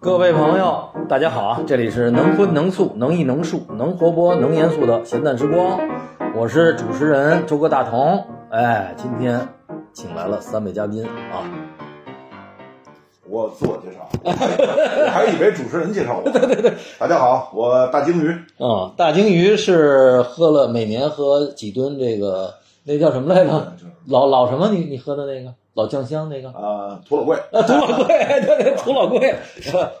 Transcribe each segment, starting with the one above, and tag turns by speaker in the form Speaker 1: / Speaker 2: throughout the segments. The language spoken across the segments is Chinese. Speaker 1: 各位朋友，大家好啊！这里是能荤能素能艺能术能活泼能严肃的闲淡时光，我是主持人周哥大同。哎，今天请来了三位嘉宾啊！
Speaker 2: 我自我介绍，我还以为主持人介 绍我。对对对，大家好，我大鲸鱼，
Speaker 1: 嗯，大鲸鱼是喝了每年喝几吨这个那叫什么来着？老老什么你？你喝的那个老酱香那个？
Speaker 2: 呃，土老贵，
Speaker 1: 啊，涂老贵， 对对，涂老贵。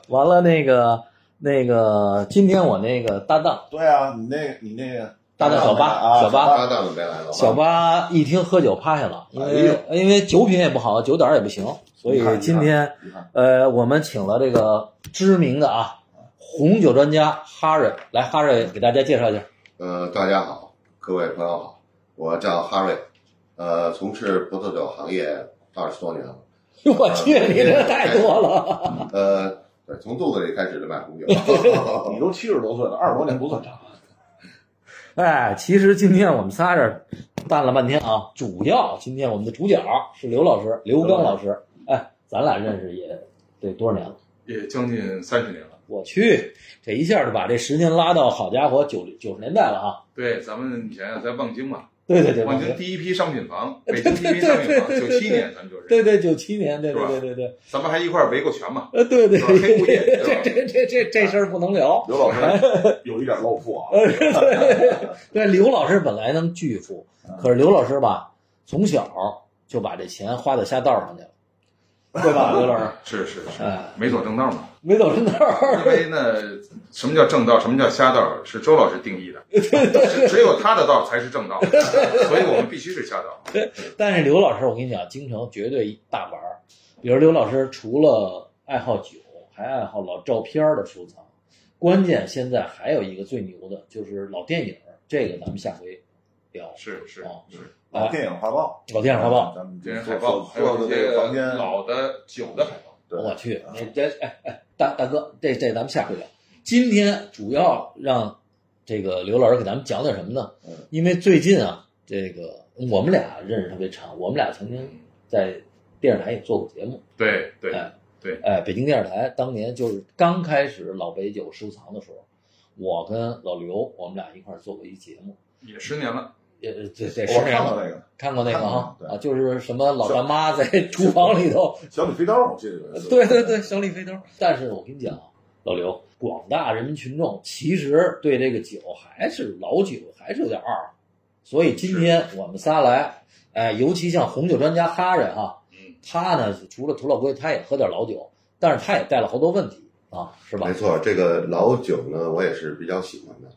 Speaker 1: 完了那个那个，今天我那个搭档
Speaker 2: 对啊，你那，你那个
Speaker 1: 搭档小八
Speaker 2: 啊
Speaker 1: 小八
Speaker 3: 搭档怎么没来了？
Speaker 1: 小八一听喝酒趴下了，因为、因为酒品也不好，酒胆儿也不行，所以
Speaker 2: 哎你看
Speaker 1: 今天
Speaker 2: 你看
Speaker 1: 呃，我们请了这个知名的啊红酒专家哈瑞来，哈瑞给大家介绍一下。
Speaker 3: 呃，大家好，各位朋友好，我叫哈瑞，呃，从事葡萄酒行业二十多年了，
Speaker 1: 我去，你这太多 了。
Speaker 3: 呃，对从肚子里开始就卖红酒，
Speaker 1: 呃
Speaker 2: 你都七十多岁了，二十多年不 算长。
Speaker 1: 哎，其实今天我们仨这 儿淡了半天啊，主要今天我们的主角是刘老师，刘刚老师。哎，咱俩认识也得多少年了？
Speaker 4: 也将近三十年了。
Speaker 1: 我去，这一下就把这时间拉到好家伙九九十年代了啊！
Speaker 4: 对，咱们以前在望京嘛，
Speaker 1: 对对对，
Speaker 4: 望京第一批商品房，北京第一批商品房，
Speaker 1: 对对对
Speaker 4: 九七年咱们就是，
Speaker 1: 对对，九七年，对对对
Speaker 4: 是吧
Speaker 1: 对对，
Speaker 4: 咱们还一块儿围过 拳嘛，
Speaker 1: 呃，对对，
Speaker 4: 是吧？黑物 业，对
Speaker 1: 这
Speaker 4: 吧？啊
Speaker 1: 这这这这事儿不能聊。
Speaker 2: 刘老师有一点露富
Speaker 1: 哎
Speaker 2: 啊，
Speaker 1: 对，刘老师本来能巨富，
Speaker 4: 啊
Speaker 1: 可是刘老师吧，从小就把这钱花到瞎道上去了，对吧，刘老师？
Speaker 4: 是是是
Speaker 1: 哎，
Speaker 4: 没走正道 嘛。
Speaker 1: 没走正道儿，
Speaker 4: 因为呢，什么叫正道，什么叫瞎道，是周老师定义的，只只有他的道才是正道，所以我们必须是瞎道。
Speaker 1: 但是刘老师，我跟你讲，京城绝对大玩儿。比如刘老师除了爱好酒，还爱好老照片儿的收藏。关键现在还有一个最牛的，就是老电影儿，这个咱们下回聊。
Speaker 4: 是是
Speaker 1: 哦
Speaker 4: 是，
Speaker 1: 啊，
Speaker 2: 电影画报，
Speaker 1: 老电影画报，
Speaker 2: 咱们
Speaker 4: 这
Speaker 2: 这
Speaker 4: 人海报，还
Speaker 2: 做
Speaker 4: 有
Speaker 2: 的
Speaker 4: 一
Speaker 2: 这
Speaker 4: 些
Speaker 2: 个房间，
Speaker 4: 老的酒
Speaker 1: 哎
Speaker 4: 的海报，
Speaker 2: 对啊
Speaker 1: 我去，你这哎哎，大大哥，这这咱们下回聊。今天主要让这个刘老师给咱们讲点什么呢
Speaker 2: 嗯？
Speaker 1: 因为最近啊，这个我们俩认识特别长，我们俩曾经
Speaker 4: 嗯，
Speaker 1: 在电视台也做过节目。
Speaker 4: 对对，
Speaker 1: 哎哎，北京电视台当年就是刚开始老北酒收藏的时候，我跟老刘我们俩一块儿做过一节目，
Speaker 4: 也十年了，
Speaker 1: 也这这
Speaker 2: 我
Speaker 1: 十
Speaker 2: 看
Speaker 1: 年
Speaker 2: 到
Speaker 1: 了，
Speaker 2: 那个
Speaker 1: 看过那个啊
Speaker 2: 看过对
Speaker 1: 啊，就是什么老大妈在厨房里头
Speaker 2: 小李飞刀，我记得 有一次
Speaker 1: 对对对，，小李飞刀。但是我跟你讲，啊老刘，广大人民群众其实对这个酒还是老酒还是有点二，所以今天我们仨来，哎，尤其像红酒专家哈人哈，
Speaker 4: 嗯，
Speaker 1: 他呢除了土老龟，他也喝点老酒，但是他也带了好多问题啊，是吧
Speaker 3: 没？错，这个老酒呢，我也是比较喜欢的。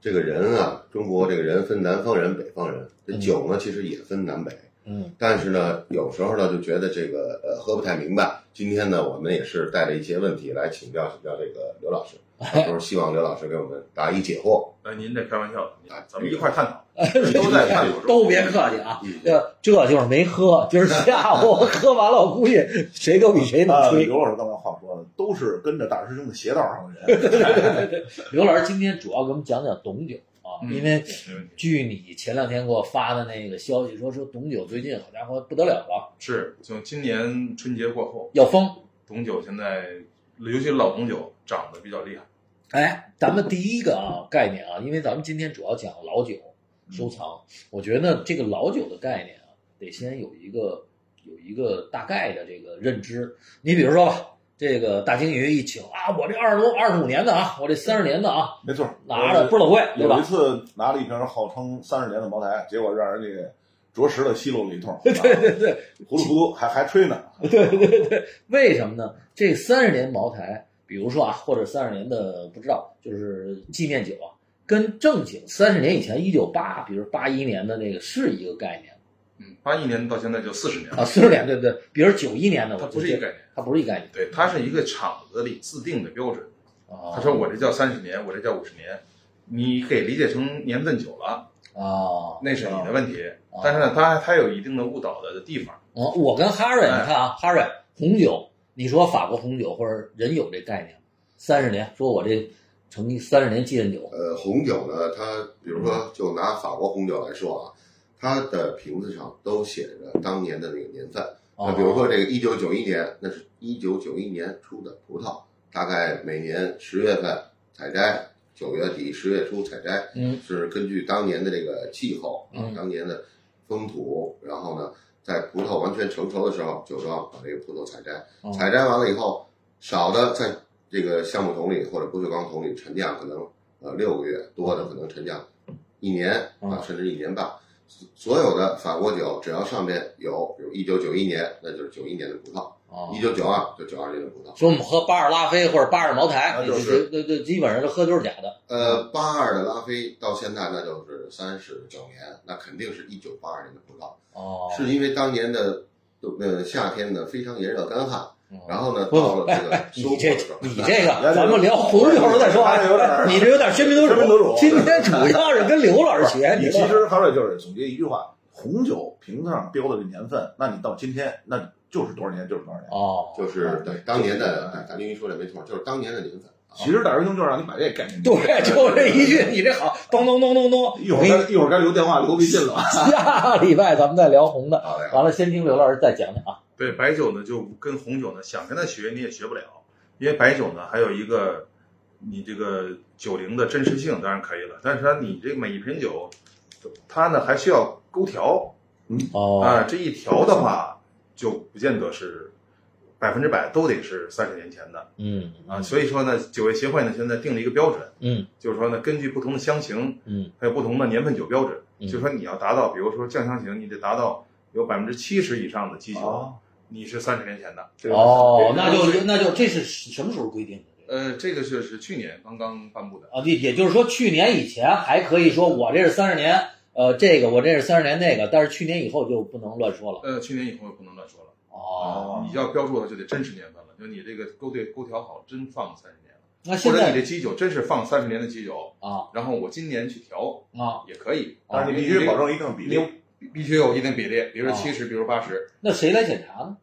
Speaker 3: 这个人啊，中国这个人分南方人、北方人，这
Speaker 1: 嗯
Speaker 3: 酒呢其实也分南北，
Speaker 1: 嗯
Speaker 3: 但是呢，有时候呢就觉得这个呃喝不太明白。今天呢，我们也是带着一些问题来请教请教这个刘老师，到时候希望刘老师给我们答疑解惑。
Speaker 4: 呃，您这开玩笑，
Speaker 3: 啊
Speaker 4: 哎咱们一块儿探讨， 都在 探索中，
Speaker 1: 都别客气啊，
Speaker 3: 嗯，
Speaker 1: 这这就是没喝，今儿下 午喝完了，我估计谁都比谁能
Speaker 2: 啊，
Speaker 1: 吹。
Speaker 2: 刘老师刚才话说的，都是跟着大师兄的邪道上 的人，
Speaker 1: 刘老师今天主要给我们讲讲懂酒啊，
Speaker 4: 嗯
Speaker 1: 因为
Speaker 4: 没问题。
Speaker 1: 据你前两天给我发的那个消息说，说董酒最近好家伙不得了了，
Speaker 4: 是，就今年春节过后，
Speaker 1: 要疯。
Speaker 4: 董酒现在，尤其老董酒涨得比较厉害。
Speaker 1: 哎，咱们第一个啊概念啊，因为咱们今天主要讲老酒收藏，我觉得这个老酒的概念啊，得先有一个有一个大概的这个认知。你比如说吧，这个大鲸鱼一请啊，我这二十多二十五年的啊，我这三十年的啊，
Speaker 2: 没错，
Speaker 1: 拿着倍儿老贵， 对
Speaker 2: 呃有一
Speaker 1: 吧？
Speaker 2: 次拿了一瓶号称三十年的茅台，结果让人家着实的奚落了一通，对啊对
Speaker 1: 对，
Speaker 2: 糊里糊涂还还吹呢，
Speaker 1: 为什么呢？这三十年茅台，比如说啊，或者三十年的不知道，就是纪念酒啊，跟正经三十年以前一九八，比如八一年的那个是一个概念
Speaker 4: 嗯，八一年到现在就四十年
Speaker 1: 啊，
Speaker 4: 了，
Speaker 1: 四十年对不对？比如九一年的，
Speaker 4: 它
Speaker 1: 我
Speaker 4: 不
Speaker 1: 就是
Speaker 4: 一
Speaker 1: 觉得
Speaker 4: 个概念，
Speaker 1: 它不是一个概念
Speaker 4: 对，它是一个厂子里自定的标准。
Speaker 1: 啊。
Speaker 4: 他说我这叫三十年，我这叫五十年，你给理解成年份久了，
Speaker 1: 啊，
Speaker 4: 那是你的问题。
Speaker 1: 啊
Speaker 4: 但是呢，它它有一定的误导的地方。
Speaker 1: 我我跟哈瑞，
Speaker 4: 哎
Speaker 1: 你看啊，哈瑞红酒，你说法国红酒或者人有这概念，三十年，说我这成立三十年纪念酒，啊
Speaker 3: 呃，红酒呢，它比如说就拿法国红酒来说啊，它的瓶子上都写着当年的那个年份。
Speaker 1: 啊
Speaker 3: 那比如说这个一九九一年，那是一九九一年出的葡萄，大概每年十月份采摘，九月底十月初采摘，
Speaker 1: 嗯
Speaker 3: 是根据当年的这个气候啊
Speaker 1: 嗯，
Speaker 3: 当年的风土，然后呢，在葡萄完全成熟的时候，酒庄把这个葡萄采摘，
Speaker 1: 哦
Speaker 3: 采摘完了以后，少的在这个橡木桶里或者不锈钢桶里沉降，可能呃六个月，多的可能沉降一年啊
Speaker 1: 嗯，
Speaker 3: 甚至一年半。所所有的法国酒，只要上面有，比如一九九一年，那就是九一年的葡萄；
Speaker 1: 哦
Speaker 3: 一九九二就九二年的葡萄。
Speaker 1: 所以我们喝巴尔拉菲或者巴尔茅台，
Speaker 2: 那
Speaker 1: 这
Speaker 2: 就
Speaker 1: 这这这基本上这喝都是假的。
Speaker 3: 呃，八二的拉菲到现在那就是三十九年，那肯定是一九八二年的葡萄。
Speaker 1: 哦，
Speaker 3: 是因为当年的呃夏天呢非常炎热干旱，
Speaker 1: 嗯
Speaker 3: 然后呢
Speaker 1: 不
Speaker 3: 到了
Speaker 1: 不，哎
Speaker 3: 这
Speaker 1: 哎
Speaker 3: 个，收
Speaker 1: 你
Speaker 3: 获
Speaker 1: 这
Speaker 3: 的时候，
Speaker 1: 你这个，
Speaker 2: 来
Speaker 1: 咱们聊葫芦一会儿再说啊
Speaker 2: 还。是有 点儿
Speaker 1: 你这有点喧宾夺
Speaker 2: 喧宾夺主
Speaker 1: 今天主要是跟刘老师学，
Speaker 2: 你
Speaker 1: 你
Speaker 2: 其
Speaker 1: 知道吗
Speaker 2: 实还是就是总结一句话：红酒瓶子上标的这年份，那你到今天，那就是多少年就是多少年。
Speaker 1: 哦，
Speaker 3: 就是对当年的，哎
Speaker 1: 嗯
Speaker 3: 对，咱林云说的没错，就是当年的年份。
Speaker 2: 其实大师兄就是让你把这概念，
Speaker 1: 对，就这一句，你这好，咚咚咚咚咚，
Speaker 2: 一会儿该一会儿该留电话留微信了。
Speaker 1: 下礼拜咱们再聊红的。
Speaker 3: 好嘞，
Speaker 1: 完了，先听刘老师再讲讲啊。
Speaker 4: 对白酒呢，就跟红酒呢，想跟他学你也学不了，因为白酒呢还有一个你这个酒龄的真实性当然可以了，但是它你这每一瓶酒，它呢还需要勾调啊、
Speaker 1: 哦，
Speaker 4: 这一调的话就不见得是百分之百都得是三十年前的
Speaker 1: 嗯
Speaker 4: 啊，所以说呢，酒业协会呢现在定了一个标准，
Speaker 1: 嗯
Speaker 4: 就是说呢根据不同的香型，
Speaker 1: 嗯，
Speaker 4: 还有不同的年份酒标准，
Speaker 1: 嗯
Speaker 4: 就是说你要达到，比如说酱香型，你得达到有百分之七十以上的基酒，
Speaker 2: 哦
Speaker 4: 你是三十年前的。
Speaker 1: 哦，那就那就这是什么时候规定的？
Speaker 4: 呃，这个是是去年刚刚颁布的。
Speaker 1: 啊，也也就是说，去年以前还可以说我这是三十年，呃，这个我这是三十年那个，但是去年以后就不能乱说了。
Speaker 4: 呃，去年以后不能乱说了，
Speaker 1: 哦，
Speaker 2: 哦
Speaker 4: 你要标注的就得真实年份了，就你这个勾兑勾调好，真放三十年了，
Speaker 1: 那现
Speaker 4: 或者你
Speaker 1: 在
Speaker 4: 这基酒真是放三十年的基酒，
Speaker 1: 啊
Speaker 4: 然后我今年去调
Speaker 1: 啊，
Speaker 4: 也可以，
Speaker 2: 但哦是你必须保证一定比例。
Speaker 4: 你必须有一定比例，比如说
Speaker 1: 啊
Speaker 4: 七十，比如八十，
Speaker 1: 那谁来检查呢？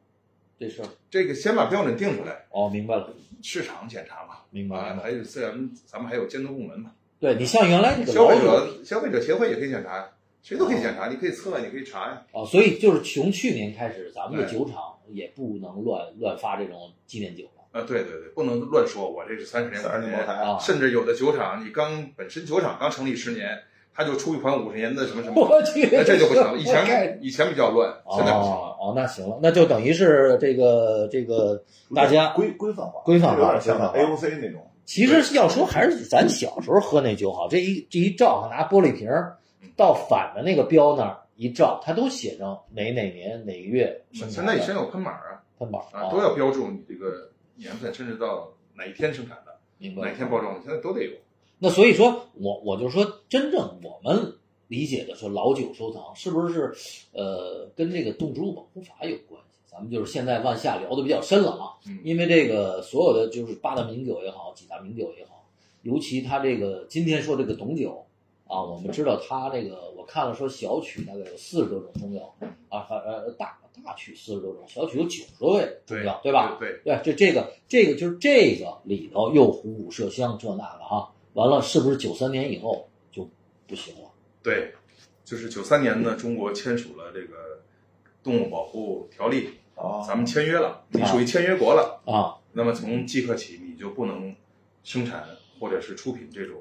Speaker 1: 这事儿？
Speaker 4: 这个先把标准定出来，
Speaker 1: 哦，明白了，
Speaker 4: 市场检查嘛，
Speaker 1: 明白
Speaker 4: 啊，
Speaker 1: 了。
Speaker 4: 还有自然，咱们还有监督部门嘛，
Speaker 1: 对你像原来这个
Speaker 4: 消
Speaker 1: 老
Speaker 4: 费
Speaker 1: 酒
Speaker 4: 者消费者协会也可以检查呀，谁都可以检查，你可以测，你可以查呀，
Speaker 1: 哦，所以就是从去年开始，咱们的
Speaker 4: 对
Speaker 1: 酒厂也不能乱乱发这种纪念酒了
Speaker 4: 啊，对对对，不能乱说，我这是三十年，
Speaker 2: 三十年茅台，
Speaker 1: 啊。
Speaker 4: 甚至有的酒厂，你刚本身酒厂刚成立十年，他就出一款五十年的什么什 么，
Speaker 1: 我去，
Speaker 4: 那哎这就不行了。以
Speaker 1: 我看
Speaker 4: 前以前比较乱，现在不行了。
Speaker 1: 哦哦，那行了，那就等于是这个这个大家
Speaker 2: 规规范化，
Speaker 1: 规范化
Speaker 2: 有点像
Speaker 1: 规范化
Speaker 2: AOC 那种。
Speaker 1: 其实要说还是咱小时候喝那酒好，这一这一照拿玻璃瓶儿到反的那个标那儿一照，它都写上哪哪年哪月生产
Speaker 4: 现在
Speaker 1: 的
Speaker 4: 也先有喷码啊，
Speaker 1: 分宝
Speaker 4: 啊都要标注你这个年份，甚至到哪一天生产的，
Speaker 1: 明
Speaker 4: 哪
Speaker 1: 白
Speaker 4: 一。天包装的，现在都得有。
Speaker 1: 那所以说我我就说，真正我们理解的说老酒收藏，是不是呃跟这个动植物保护法有关系？咱们就是现在往下聊的比较深了啊，
Speaker 4: 嗯
Speaker 1: 因为这个所有的就是八大名酒也好，几大名酒也好，尤其它这个今天说这个董酒啊，我们知道它这个我看了说小曲大概有四十多种中药啊，呃呃大大曲四十多种，小曲有九十多味中药，对吧？？
Speaker 4: 对，
Speaker 1: 对，这这个这个就是这个里头又虎骨麝香这那个哈，完了是不是九三年以后就不行了？
Speaker 4: 对，就是九三年呢，中国签署了这个动物保护条例，
Speaker 2: 哦
Speaker 4: 咱们签约了，你属于签约国了。
Speaker 1: 啊，
Speaker 4: 那么从即刻起，你就不能生产或者是出品这种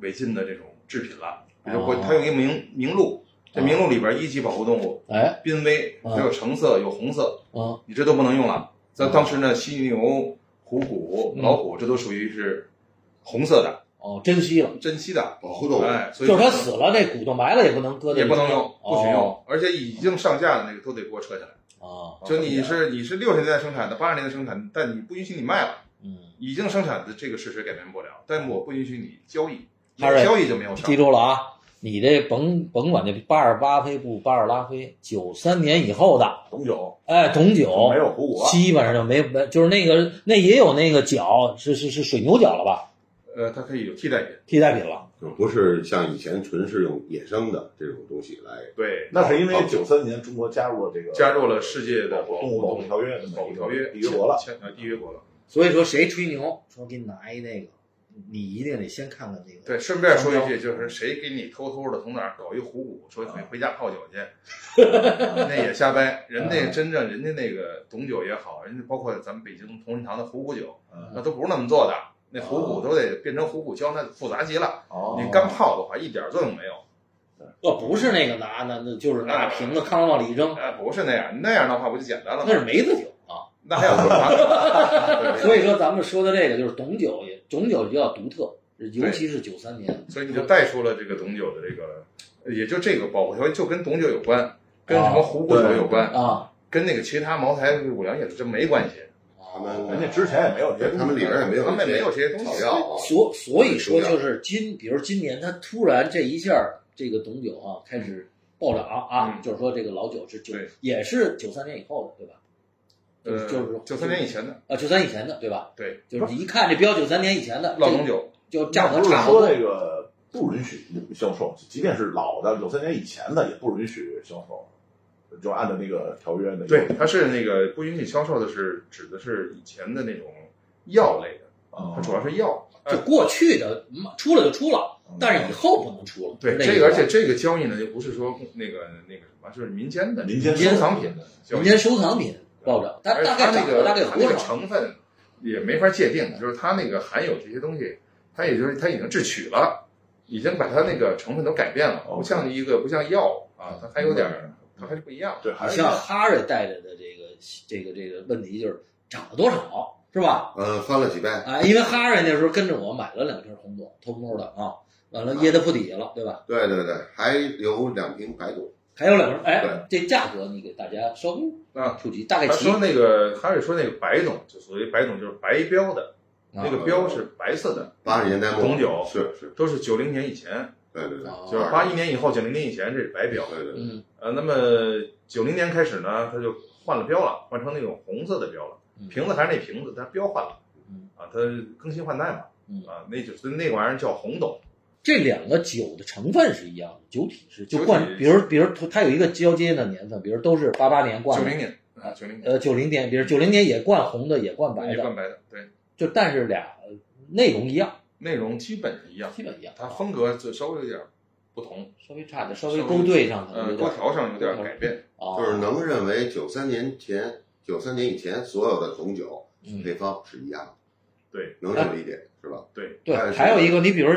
Speaker 4: 违禁的这种制品了。比如国，
Speaker 1: 哦
Speaker 4: 它有一个名名录，这名录里边一级保护动物
Speaker 1: 哎，
Speaker 4: 濒危，
Speaker 1: 嗯
Speaker 4: 还有橙色、有红色，
Speaker 1: 嗯，
Speaker 4: 你这都不能用了。在
Speaker 1: 哦
Speaker 4: 当时呢，犀牛、虎骨、
Speaker 1: 嗯
Speaker 4: 老虎，这都属于是红色的、
Speaker 1: 哦，珍惜了，
Speaker 4: 珍稀的，
Speaker 3: 保护动物，
Speaker 4: 哎，所
Speaker 1: 就
Speaker 4: 以
Speaker 1: 是他死了，这骨头埋了也不能搁那
Speaker 4: 也
Speaker 1: 里
Speaker 4: 不
Speaker 1: 头，
Speaker 4: 能用，不许
Speaker 1: 哦
Speaker 4: 用，而且已经上架的那个都得给我撤下来。
Speaker 1: 啊，
Speaker 4: 就你是你是六十年代生产的，八十年代生产的，但你不允许你卖了。
Speaker 1: 嗯，
Speaker 4: 已经生产的这个事实改变不了，但我不允许你交易，
Speaker 1: 哈瑞
Speaker 4: 交易就没有
Speaker 1: 记
Speaker 4: 上。
Speaker 1: 住了啊，你这甭甭管这巴尔巴菲不巴尔拉菲，九三年以后的，
Speaker 2: 红酒
Speaker 1: 哎，董酒
Speaker 2: 没有虎骨啊，
Speaker 1: 基本上就没没，就是那个那也有那个角，是是是水牛角了吧，
Speaker 4: 呃，它可以有替代品。
Speaker 1: 替代品了，
Speaker 3: 就不是像以前纯是用野生的这种东西来。
Speaker 4: 对，
Speaker 2: 那是因为九三年中国加入了这个
Speaker 4: 加入了世界的保
Speaker 2: 动物保护
Speaker 4: 护
Speaker 2: 条约，
Speaker 4: 保护条约，
Speaker 2: 缔约国了。
Speaker 4: 签呃缔约国了。
Speaker 1: 所以说谁吹牛说给你拿一那个你一定得先看看那个。
Speaker 4: 对，顺便说一句，就是谁给你偷偷的从哪儿搞一壶骨，说回回家泡酒去， 那也瞎掰。人那真正人家那个董酒也好，人家包括咱们北京同仁堂的虎骨酒，
Speaker 2: 嗯
Speaker 4: 那都不是那么做的。那虎骨都得变成虎骨胶，那复杂极了。
Speaker 2: 哦
Speaker 4: 你干泡的话，一点作用没有。
Speaker 1: 哦，不是那个拿那那就是拿瓶子哐啷往里一扔，
Speaker 4: 哎，不是那样，那样的话不就简单了
Speaker 1: 那
Speaker 4: 吗？
Speaker 1: 是梅子酒啊。
Speaker 4: 那还有 什么？
Speaker 1: 所以说咱们说的这个就是董酒也，董酒比较独特，尤其是九三年。
Speaker 4: 所以你就带出了这个董酒的这个，也就这个包括就跟董酒有关，跟什么虎骨酒有关，
Speaker 1: 啊
Speaker 4: 跟那个其他茅台、五粮液真没关系。
Speaker 3: 他们
Speaker 2: 人家之前也没有这些，
Speaker 3: 他们里边也没有
Speaker 4: 他们没有这些东
Speaker 3: 草
Speaker 4: 西
Speaker 3: 药
Speaker 4: 啊。
Speaker 3: 啊，
Speaker 1: 啊所所以说就是今，比如今年它突然这一下儿，这个董酒啊开始暴涨啊，
Speaker 4: 嗯
Speaker 1: 就是说这个老酒是九
Speaker 4: 对
Speaker 1: 也是九三年以后的，对吧？就是
Speaker 4: 呃，
Speaker 1: 就是
Speaker 4: 九三年以前的
Speaker 1: 啊，九三以前的对吧？
Speaker 4: 对，
Speaker 1: 就是一看这标九三年以前的
Speaker 4: 老董，酒，
Speaker 1: 这就价格
Speaker 2: 不是
Speaker 1: 差不
Speaker 2: 说
Speaker 1: 多。
Speaker 2: 这个不允许销售，即便是老的九三年以前的也不允许销售，就按照那个条约的
Speaker 4: 对，它是那个不允许销售的是指的是以前的那种药类的，
Speaker 2: 啊
Speaker 4: 它，主要是药。
Speaker 1: 就过去的嗯出了就出了，但是以后不能出了。
Speaker 4: 对
Speaker 1: 是那
Speaker 4: 这
Speaker 1: 意思
Speaker 4: 个，
Speaker 1: 吧
Speaker 4: 而且这个交易呢，就不是说那个那个什么，就是民间的
Speaker 2: 民间嗯
Speaker 4: 收藏品的交易
Speaker 1: 民间收藏品暴涨，大
Speaker 4: 而且
Speaker 1: 大概
Speaker 4: 它
Speaker 1: 涨
Speaker 4: 那
Speaker 1: 了
Speaker 4: 个
Speaker 1: 大概有
Speaker 4: 它那
Speaker 1: 多
Speaker 4: 个
Speaker 1: 少？
Speaker 4: 成分也没法界定，就是它那个含有这些东西，它也就是它已经制取了，已经把它那个成分都改变了，
Speaker 2: 哦
Speaker 4: 不像一个不像药啊，它还有点儿，它还是不一样。
Speaker 2: 对，还
Speaker 1: 你
Speaker 2: 是
Speaker 1: 像哈瑞带着的这个这个这个问题就是涨了多少，是吧？
Speaker 3: 呃，翻了几倍。
Speaker 1: 啊，因为哈瑞那时候跟着我买了两瓶红酒，偷摸的啊，完了掖在裤底下了，对吧？
Speaker 3: 对对对，还有两瓶白酒，
Speaker 1: 还有两瓶，哎，这价格你给大家稍微
Speaker 4: 啊
Speaker 1: 触及，大概
Speaker 4: 他
Speaker 1: 齐
Speaker 4: 说那个，哈瑞说那个白种，就所谓白种就是白标的，那
Speaker 1: 啊
Speaker 4: 个标是白色的，
Speaker 3: 八十年代末
Speaker 4: 红酒
Speaker 3: 是是，
Speaker 4: 都是九零年以前，
Speaker 3: 对对对
Speaker 1: 哦，
Speaker 4: 就是八一年以后，九零年以前这是白标。
Speaker 3: 对对对，
Speaker 1: 嗯
Speaker 4: 呃，那么九零年开始呢，它就换了标了，换成那种红色的标了
Speaker 1: 嗯，
Speaker 4: 瓶子还是那瓶子，但标换了
Speaker 1: 嗯，
Speaker 4: 啊，它更新换代嘛
Speaker 1: 嗯，
Speaker 4: 啊，那就是那玩意儿叫红董，
Speaker 1: 这两个酒的成分是一样的，酒体是就
Speaker 4: 酒
Speaker 1: 灌，
Speaker 4: 体
Speaker 1: 比如比如它有一个交接的年份，比如都是八八年灌
Speaker 4: 九
Speaker 1: 的，
Speaker 4: 零年啊，九零年
Speaker 1: 呃九零年，比如九零年也灌红的，也灌白
Speaker 4: 也
Speaker 1: 的，
Speaker 4: 换白的，对，
Speaker 1: 就但是俩呃内容一样，
Speaker 4: 内容基本是一样，
Speaker 1: 基本一样，啊
Speaker 4: 它风格就稍微有点不同，
Speaker 1: 稍微差点，稍微勾兑上可能
Speaker 4: 呃，
Speaker 1: 啊有
Speaker 4: 勾
Speaker 1: 点
Speaker 4: 调上有点改变，
Speaker 1: 啊，
Speaker 3: 就是能认为九三年前、九三年以前所有的红酒
Speaker 1: 嗯
Speaker 3: 配方是一样的，
Speaker 4: 对，
Speaker 3: 能这么理解是吧？
Speaker 1: 对
Speaker 3: 但，是
Speaker 1: 还有一个你比如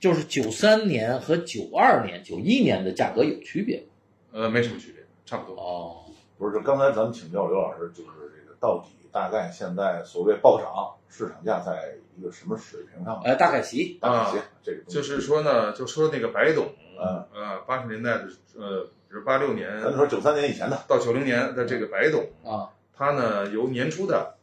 Speaker 1: 就是九三年和九二年、九一年的价格有区别
Speaker 4: 呃，没什么区别，差不多。
Speaker 1: 哦，
Speaker 2: 不是，就刚才咱们请教刘老师，就是这个到底大概现在所谓暴涨市场价在一个什么水平上？
Speaker 1: 哎，大概齐，
Speaker 2: 大概行，这个东西
Speaker 4: 就是，说呢，就说那个白董，
Speaker 1: 啊
Speaker 2: 嗯
Speaker 4: 呃，八十年代的，呃，比如八六年
Speaker 2: 咱就说九三年以前的，
Speaker 4: 到九零年的这个白董
Speaker 1: 啊，
Speaker 4: 它呢由年初的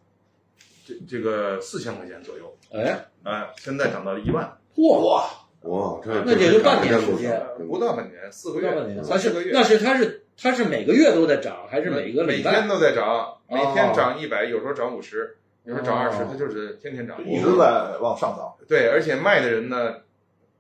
Speaker 4: 这这个四千块钱左右，
Speaker 1: 哎，
Speaker 4: 哎、现在涨到了一万，
Speaker 1: 嚯，
Speaker 2: 哇，
Speaker 3: 哇，这
Speaker 1: 那也就半年时
Speaker 3: 时
Speaker 1: 间
Speaker 3: 间
Speaker 4: 呃，不到半年，四个
Speaker 1: 不到半
Speaker 4: 月，
Speaker 1: 年
Speaker 4: 三四个月，
Speaker 1: 那是它是它是每个月都在涨，还是每
Speaker 4: 每
Speaker 1: 个
Speaker 4: 每
Speaker 1: 礼拜啊
Speaker 4: 天？都在涨，每天涨一百，有时候涨五十，有时候涨二十
Speaker 1: 哦，
Speaker 4: 它就是天天涨
Speaker 2: 就。一直在往上涨。
Speaker 4: 对，而且卖的人呢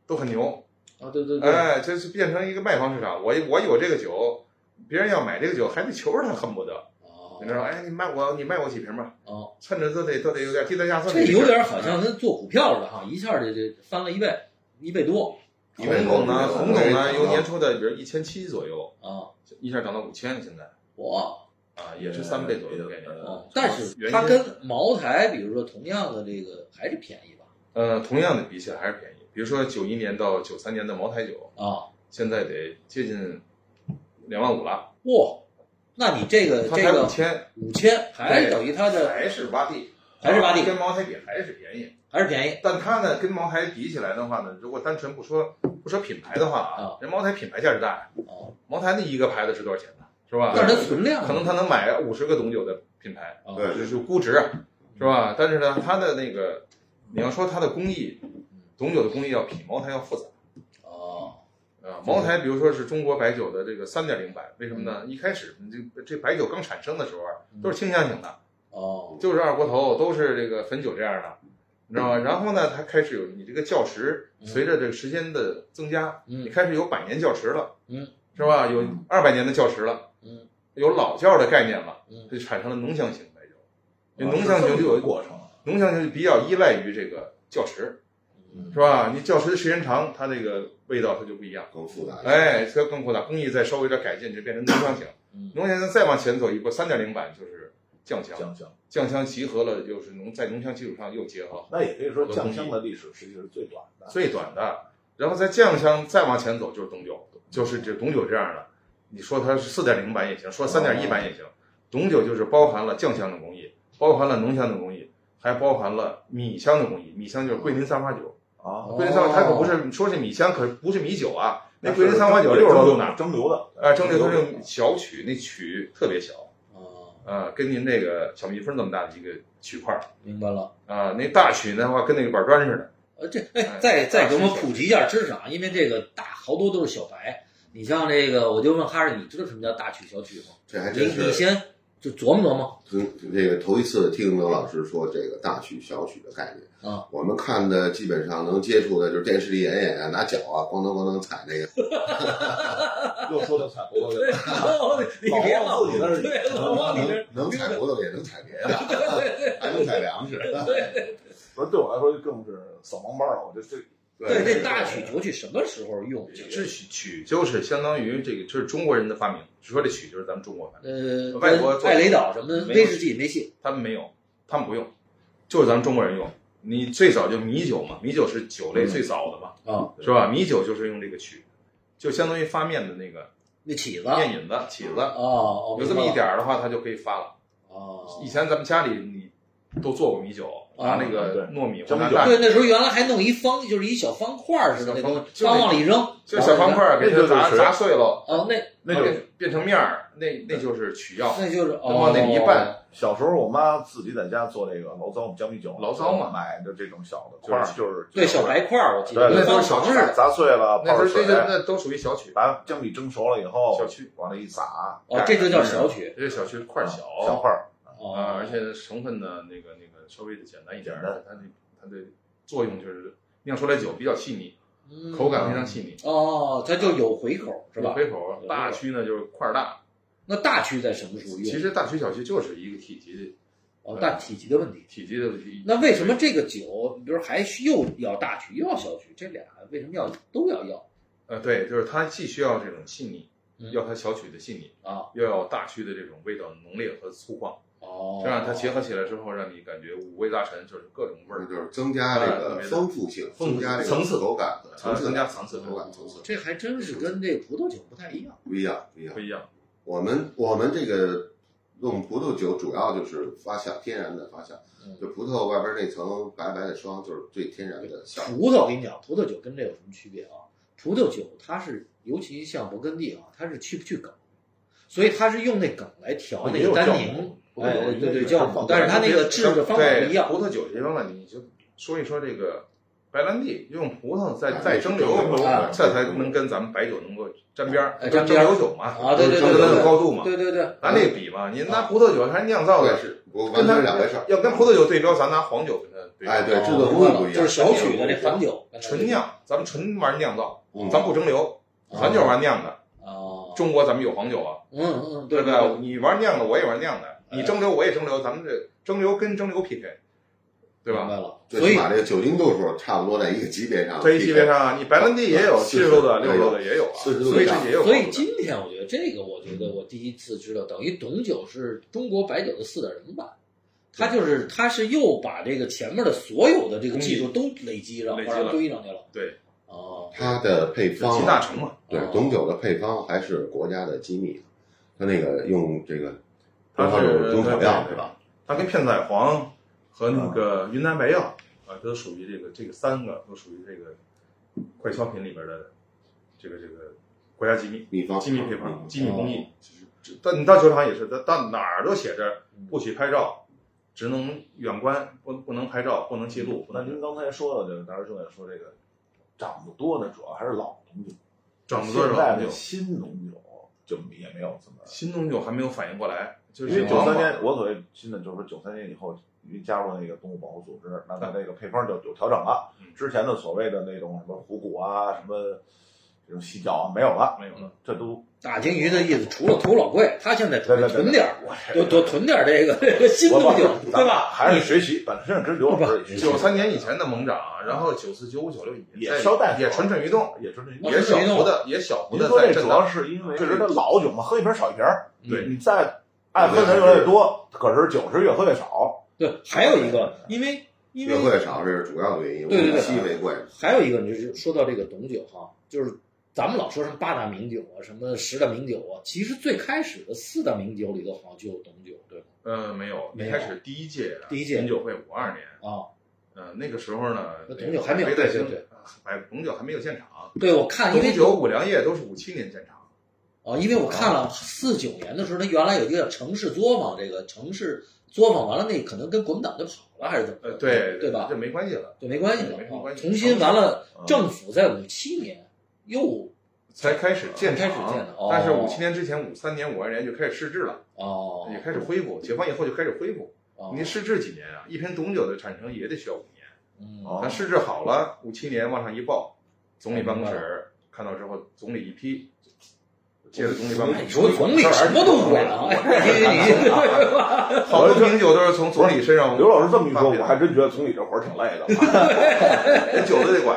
Speaker 4: 都很牛，
Speaker 1: 啊，对对对，
Speaker 4: 哎，这是变成一个卖方市场。我我有这个酒，别人要买这个酒还得求着他，恨不得
Speaker 1: 哦
Speaker 4: 你知道吗，哎，你卖我，你卖我几瓶吧，
Speaker 1: 哦，
Speaker 4: 趁着都得都得有点低头下算
Speaker 1: 这
Speaker 4: 的意思。
Speaker 1: 有点好像跟做股票似的哈，一下这这翻了一倍，一倍多
Speaker 3: 因为
Speaker 4: 红董呢，
Speaker 3: 我
Speaker 4: 红董呢由年初的比如一千七左右，
Speaker 1: 啊，
Speaker 4: 一下涨到五千，现在
Speaker 1: 哇！
Speaker 4: 啊也是三倍左右的概念。
Speaker 2: 呃
Speaker 1: 哦但是
Speaker 4: 原
Speaker 1: 它
Speaker 4: 因
Speaker 1: 跟茅台，比如说同样的这个还是便宜吧？
Speaker 4: 呃，同样的比起来还是便宜。比如说九一年到九三年的茅台酒，
Speaker 1: 啊，
Speaker 4: 现在得接近两万五了，
Speaker 1: 哇！那你这个
Speaker 4: 它
Speaker 1: 呃这
Speaker 4: 才五
Speaker 1: 个
Speaker 4: 千，
Speaker 1: 五千，还是
Speaker 4: 对
Speaker 1: 等于它的
Speaker 4: 还是洼地，
Speaker 1: 还是洼地
Speaker 4: 跟茅台比还是便宜。
Speaker 1: 还是便宜
Speaker 4: 但它呢，跟茅台比起来的话呢，如果单纯不说不说品牌的话
Speaker 1: 啊，
Speaker 4: 人茅台品牌价值大，
Speaker 1: 啊，
Speaker 4: 茅台那一个牌子是多少钱呢？是吧？
Speaker 1: 但是它存量
Speaker 4: 啊可能他能买五十个董酒的品牌。
Speaker 1: 啊
Speaker 3: 对
Speaker 4: 就是估值，是吧？但是呢，它的那个，你要说它的工艺，董酒的工艺要比茅台要复杂
Speaker 1: 哦，
Speaker 4: 啊。茅台比如说是中国白酒的这个三点零版，为什么呢？一开始这这白酒刚产生的时候啊
Speaker 1: 嗯
Speaker 4: 都是清香型的，
Speaker 1: 哦，
Speaker 4: 就是二锅头，都是这个汾酒这样的，你知道吗？然后呢，它开始有你这个窖池，
Speaker 1: 嗯
Speaker 4: 随着这个时间的增加，
Speaker 1: 嗯
Speaker 4: 你开始有百年窖池了，
Speaker 1: 嗯，
Speaker 4: 是吧？有二百年的窖池了，
Speaker 1: 嗯，
Speaker 4: 有老窖的概念了，
Speaker 1: 嗯
Speaker 4: 它就产生了浓香型白酒。这
Speaker 2: 啊
Speaker 4: 浓香型就有
Speaker 2: 哦这么一个过程，
Speaker 4: 浓香就比较依赖于这个窖池，
Speaker 1: 嗯
Speaker 4: 是吧？你窖持的时间长，它那个味道它就不一样。
Speaker 3: 更复杂一些。
Speaker 4: 哎，这更扩大，工艺再稍微有点改进，就变成浓香型。
Speaker 1: 嗯
Speaker 4: 浓香型再往前走一步，三点零版就是酱香，
Speaker 2: 酱香，
Speaker 4: 酱香集合了，就是浓在浓香基础上又结合
Speaker 2: 那也可以说酱香的历史实际是最短的。
Speaker 4: 最短的，然后在酱香再往前走就是董酒，就是这董酒这样的，你说它是四点零版也行，说三点一版也行。董酒就是包含了酱香的工艺，包含了浓香的工艺，还包含了米香的工艺。米香就是桂林三花酒，
Speaker 2: 啊，
Speaker 4: 桂林三花它可不是说是米香，可不是米酒啊。哦那桂林三花
Speaker 2: 花
Speaker 4: 酒六十多度呢，
Speaker 2: 蒸馏 的，
Speaker 4: 啊，蒸馏它是小曲，那曲特别小，
Speaker 1: 啊，
Speaker 4: 啊，跟您那个小蜜蜂那么大的一个曲块儿
Speaker 1: 明白了。
Speaker 4: 啊，那大曲的话跟那个板砖似的。
Speaker 1: 呃，这哎
Speaker 4: 哎，
Speaker 1: 再再给我们
Speaker 4: 大师
Speaker 1: 普及一下知识啊，因为这个大好多都是小白。你像这个，我就问哈士，你知道什么叫大曲小曲吗？
Speaker 3: 这
Speaker 4: 哎
Speaker 3: 还
Speaker 1: 你
Speaker 3: 真
Speaker 1: 你
Speaker 3: 是
Speaker 1: 先就琢磨琢磨
Speaker 3: 从这个头一次听刘老师说这个大曲小曲的概念
Speaker 1: 啊，
Speaker 3: 我们看的基本上能接触的就是电视里演演啊，拿脚啊咣当咣当踩那个，
Speaker 2: 又说到彩虹了。
Speaker 1: 对， 你别老
Speaker 2: 自己那儿
Speaker 1: 对，老往你那儿
Speaker 3: 能能踩骨头也能踩别的，还能踩粮食。
Speaker 1: 对
Speaker 2: 而对我来说，更是扫盲班了。我 这这
Speaker 1: 对，这大曲小曲什么时候用？这
Speaker 4: 这曲曲就是相当于这个，这是中国人的发明。说这曲就是咱们中国发明，
Speaker 1: 呃，
Speaker 4: 外国
Speaker 1: 跟
Speaker 4: 做
Speaker 1: 艾雷岛什么的
Speaker 4: 没
Speaker 1: 威
Speaker 4: 有
Speaker 1: 士忌那些，
Speaker 4: 他们没有，他们不用，就是咱们中国人用。你最早就米酒嘛，米酒是酒类最早的嘛，
Speaker 1: 嗯啊，
Speaker 4: 是吧？米酒就是用这个曲，就相当于发面的那个
Speaker 1: 那起子
Speaker 4: 面引子、起子，
Speaker 1: 啊哦，
Speaker 4: 有这么一点儿的话，它就可以发了。
Speaker 1: 哦
Speaker 4: 以，前咱们家里你都做过米酒，拿那
Speaker 2: 啊对
Speaker 4: 个糯米或
Speaker 2: 蒸米
Speaker 4: 拿
Speaker 2: 酒
Speaker 4: 大
Speaker 1: 对，那时候原来还弄一方，就是一小方块儿似的那东西，
Speaker 4: 小方
Speaker 1: 方往里扔，
Speaker 4: 就小方块儿给它砸砸碎了，
Speaker 1: 哦，那
Speaker 2: 那就
Speaker 4: 然后
Speaker 2: 是
Speaker 4: 变变成面儿，那那就是取药，
Speaker 1: 那就是哦，
Speaker 4: 往那里一拌，
Speaker 2: 小时候我妈自己在家做这个醪糟江米酒，
Speaker 4: 醪糟嘛
Speaker 2: 买的这种小的块儿，就是
Speaker 1: 对小白块儿，我记得
Speaker 2: 对
Speaker 1: 跟
Speaker 2: 对
Speaker 1: 方
Speaker 4: 对小
Speaker 1: 糖
Speaker 4: 块
Speaker 1: 似
Speaker 4: 儿
Speaker 1: 的，
Speaker 2: 砸碎了
Speaker 4: 那
Speaker 2: 哦泡着
Speaker 4: 是
Speaker 2: 水
Speaker 4: 那，就那都属于小曲，
Speaker 2: 把江米蒸熟了以后，
Speaker 4: 小曲
Speaker 2: 往那一撒，
Speaker 1: 哦，这就叫小曲
Speaker 4: 这小曲块儿小
Speaker 2: 小块儿，
Speaker 1: 哦，
Speaker 4: 啊，而且成分呢那个那个稍微的简单一点儿
Speaker 2: 简单，
Speaker 4: 它那它的作用就是酿出来酒比较细腻，
Speaker 1: 嗯
Speaker 4: 口感非常细腻，
Speaker 1: 哦，它就有回口是吧？
Speaker 4: 回口
Speaker 1: 有
Speaker 4: 大
Speaker 1: 回口
Speaker 4: 曲呢就是块儿大，
Speaker 1: 那大曲在什么时候用？
Speaker 4: 其实大曲小曲就是一个体积的
Speaker 1: 哦，大体积的问题。
Speaker 4: 体积的一
Speaker 1: 那为什么这个酒，你比如还需又要大曲又要小曲，这俩为什么要都要要
Speaker 4: 呃对，就是它既需要这种细腻
Speaker 1: 嗯，
Speaker 4: 要它小曲的细腻，
Speaker 1: 啊？
Speaker 4: 又要大曲的这种味道浓烈和粗犷。
Speaker 1: 哦，
Speaker 4: 这样它结合起来之后，让你感觉五味杂陈，就是各种味
Speaker 3: 不是就
Speaker 4: 儿，
Speaker 3: 是增加这个丰富性，
Speaker 4: 哎丰
Speaker 3: 增
Speaker 4: 富
Speaker 3: 加这个
Speaker 4: 层次啊
Speaker 3: 口感，层次
Speaker 4: 增加
Speaker 3: 感，
Speaker 4: 层次嗯
Speaker 3: 口感层次
Speaker 1: 这还真是跟这个葡萄酒不太一样。
Speaker 3: 不一样，不一样
Speaker 4: 不。一样。
Speaker 3: 我们我们这个用葡萄酒主要就是发酵，天然的发酵
Speaker 1: 嗯，
Speaker 3: 就葡萄外边那层白白的霜就是最天然的酵母。
Speaker 1: 葡萄，我跟你讲，葡萄酒跟这有什么区别啊？葡萄酒它是，尤其像勃艮第啊，它是去不去梗，所以它是用那梗来调那
Speaker 2: 也
Speaker 1: 个
Speaker 2: 有酵
Speaker 1: 单宁
Speaker 2: 母，，
Speaker 1: 哎，
Speaker 2: 有
Speaker 1: 对
Speaker 2: 一个
Speaker 1: 对
Speaker 2: 是
Speaker 1: 酵母
Speaker 2: 放，
Speaker 1: 但是它那个制的方法不一样
Speaker 4: 对。葡萄酒这方面，你就说一说这个白兰地，用葡萄再
Speaker 3: 哎
Speaker 4: 再蒸
Speaker 3: 哎
Speaker 4: 馏，这才能跟咱们白酒能够沾边
Speaker 1: 哎
Speaker 4: 儿，
Speaker 1: 沾
Speaker 4: 蒸
Speaker 1: 边儿
Speaker 4: 馏酒嘛，
Speaker 1: 啊对对对
Speaker 4: 蒸馏
Speaker 1: 对
Speaker 4: 的
Speaker 1: 对
Speaker 4: 高度嘛，
Speaker 1: 对对对，
Speaker 4: 拿那比嘛，您拿葡萄酒还是酿造
Speaker 3: 啊对，
Speaker 4: 的，
Speaker 3: 是不完
Speaker 4: 跟
Speaker 3: 全
Speaker 4: 它
Speaker 3: 是两回事儿。
Speaker 4: 要跟葡萄酒对标，咱拿黄酒跟它对标，
Speaker 3: 哎对
Speaker 1: 哦
Speaker 3: 制作工艺不一样
Speaker 1: 就是小曲的这黄酒，
Speaker 4: 纯酿，咱们纯玩酿造，
Speaker 3: 嗯
Speaker 4: 咱不蒸馏，
Speaker 1: 哦
Speaker 4: 咱就是玩酿的。
Speaker 1: 哦，
Speaker 4: 中国咱们有黄酒啊。
Speaker 1: 嗯嗯，
Speaker 4: 对
Speaker 1: 对
Speaker 4: 不对？你玩酿的，我也玩酿的，你蒸馏我也蒸馏，咱们这蒸馏跟蒸馏 PK，对
Speaker 1: 明
Speaker 4: 吧？
Speaker 1: 白了，
Speaker 3: 最
Speaker 1: 所
Speaker 3: 起
Speaker 1: 以
Speaker 3: 码这个酒精度数差不多在一个级别上，
Speaker 4: 这一级别上啊，你白兰地也有七
Speaker 3: 是
Speaker 4: 十度的、
Speaker 3: 是
Speaker 4: 六十度的也有啊，
Speaker 3: 40度
Speaker 4: 所
Speaker 3: 以
Speaker 4: 以这
Speaker 3: 上
Speaker 4: 也有
Speaker 1: 所
Speaker 4: 高度的。
Speaker 1: 以今天我觉得这个，我觉得我第一次知道，等于董酒是中国白酒的四点零版，它就是它是又把这个前面的所有的这个技术都累积上，
Speaker 4: 累积
Speaker 1: 把
Speaker 4: 了
Speaker 1: 它堆上去了。
Speaker 4: 对，
Speaker 1: 哦，
Speaker 3: 它的配
Speaker 4: 这
Speaker 3: 方啊
Speaker 4: 集大成嘛，
Speaker 3: 对
Speaker 1: 哦
Speaker 3: 董酒的配方还是国家的机密，它那个用这个
Speaker 4: 它
Speaker 3: 东方有
Speaker 4: 是
Speaker 3: 中草料
Speaker 4: 对
Speaker 3: 是吧？
Speaker 4: 它跟片仔癀和那个云南白药啊，都属于这个这个三个都属于这个快消品里边的这个这个国家机密。
Speaker 3: 秘方
Speaker 4: 机密配方、
Speaker 3: 嗯
Speaker 4: 机密工艺
Speaker 1: 哦，
Speaker 4: 这但你到球场也是，到到哪儿都写着不许拍照，只能远观，不不能拍照，不能记录，不
Speaker 2: 嗯那
Speaker 4: 能
Speaker 2: 您刚才说的，就是大师兄也说这个长得多呢，主要还是老农酒，
Speaker 4: 长不多
Speaker 2: 现
Speaker 4: 少
Speaker 2: 在
Speaker 4: 酒
Speaker 2: 的。新农酒就也没有这么。
Speaker 4: 新东酒还没有反应过来，就
Speaker 2: 因
Speaker 4: 是
Speaker 2: 为九
Speaker 4: 往
Speaker 2: 三
Speaker 4: 往
Speaker 2: 年，我所谓新的就是说九三年以后，因为加入那个动物保护组织，那它这个配方就有调整了
Speaker 4: 嗯。
Speaker 2: 之前的所谓的那种什么虎骨啊、什么这种犀角啊，没有了，
Speaker 4: 没有了，
Speaker 2: 这都
Speaker 1: 打鲸鱼的意思，除了图老贵，他现在准备
Speaker 2: 对对对
Speaker 1: 囤点儿，多多囤点儿这个这个新
Speaker 2: 我
Speaker 1: 东西，对
Speaker 2: 咱
Speaker 1: 吧？
Speaker 2: 还是学习，本身跟刘老师也
Speaker 4: 九三年以前的猛涨，然后九四、九五、九六
Speaker 2: 也稍带
Speaker 4: 也蠢蠢欲动，
Speaker 2: 也就是您
Speaker 1: 我
Speaker 4: 也
Speaker 1: 蠢
Speaker 4: 小
Speaker 1: 蠢欲动
Speaker 4: 幅的也小幅
Speaker 2: 您
Speaker 4: 的
Speaker 2: 说
Speaker 4: 在
Speaker 2: 这
Speaker 4: 震
Speaker 2: 主
Speaker 4: 荡
Speaker 2: 要。是因为确实它老酒嘛，喝一瓶少一瓶儿。
Speaker 4: 对
Speaker 2: 你再按分的越来越多，可是酒是越喝越少。
Speaker 1: 对，还有一个，因为因
Speaker 3: 约
Speaker 1: 为
Speaker 3: 会少，这是主要的原因。
Speaker 1: 对对对
Speaker 3: 我们期为贵，
Speaker 1: 还有一个，你就是说到这个董酒哈，就是咱们老说什么八大名酒啊，什么十大名酒啊，其实最开始的四大名酒里头好像就有董酒，对吧？
Speaker 4: 呃，没有，
Speaker 1: 没
Speaker 4: 一
Speaker 1: 有
Speaker 4: 开始第一届
Speaker 1: 第一届
Speaker 4: 红酒会五二年，
Speaker 1: 啊，
Speaker 4: 呃，那个时候呢，
Speaker 1: 那
Speaker 4: 那
Speaker 1: 董酒还没有
Speaker 4: 在
Speaker 1: 对
Speaker 4: 兴
Speaker 1: 对，
Speaker 4: 哎，红酒还没有建厂，
Speaker 1: 对，我看因为
Speaker 4: 红酒五粮液都是五七年建厂，
Speaker 1: 啊，因为我看了四九年的时候，他原来有一个叫城市作坊，这个城市作坊完了，那可能跟国民党就跑了还是怎么着？
Speaker 4: 呃，对
Speaker 1: 对吧？
Speaker 4: 这没关系了，
Speaker 1: 就没关系
Speaker 4: 对
Speaker 1: 了
Speaker 4: 没什么
Speaker 1: 啊
Speaker 4: 关系啊
Speaker 1: 重新完了，
Speaker 2: 嗯
Speaker 1: 政府在五七年又
Speaker 4: 才开始建
Speaker 1: 开
Speaker 4: 厂，
Speaker 1: 始建的哦
Speaker 4: 但是五七年之前，五三年、五二年就开始试制了，
Speaker 1: 哦，
Speaker 4: 也开始恢复，解放以后就开始恢复。
Speaker 1: 哦
Speaker 4: 您试制几年啊？一瓶董酒的产生也得需要五年，
Speaker 1: 嗯
Speaker 2: 哦
Speaker 4: 那试制好了，五七年往上一报，总理办公室看到之后，总理一批，接着总理办公室，
Speaker 1: 你说哎总理什么都管啊，
Speaker 4: 啊
Speaker 1: 哎，你
Speaker 4: 好多名酒都是从总理身上，
Speaker 2: 刘老师这么一说，
Speaker 4: 发表
Speaker 2: 我还真觉得总理这活儿挺累的。啊
Speaker 4: 连 酒都得管。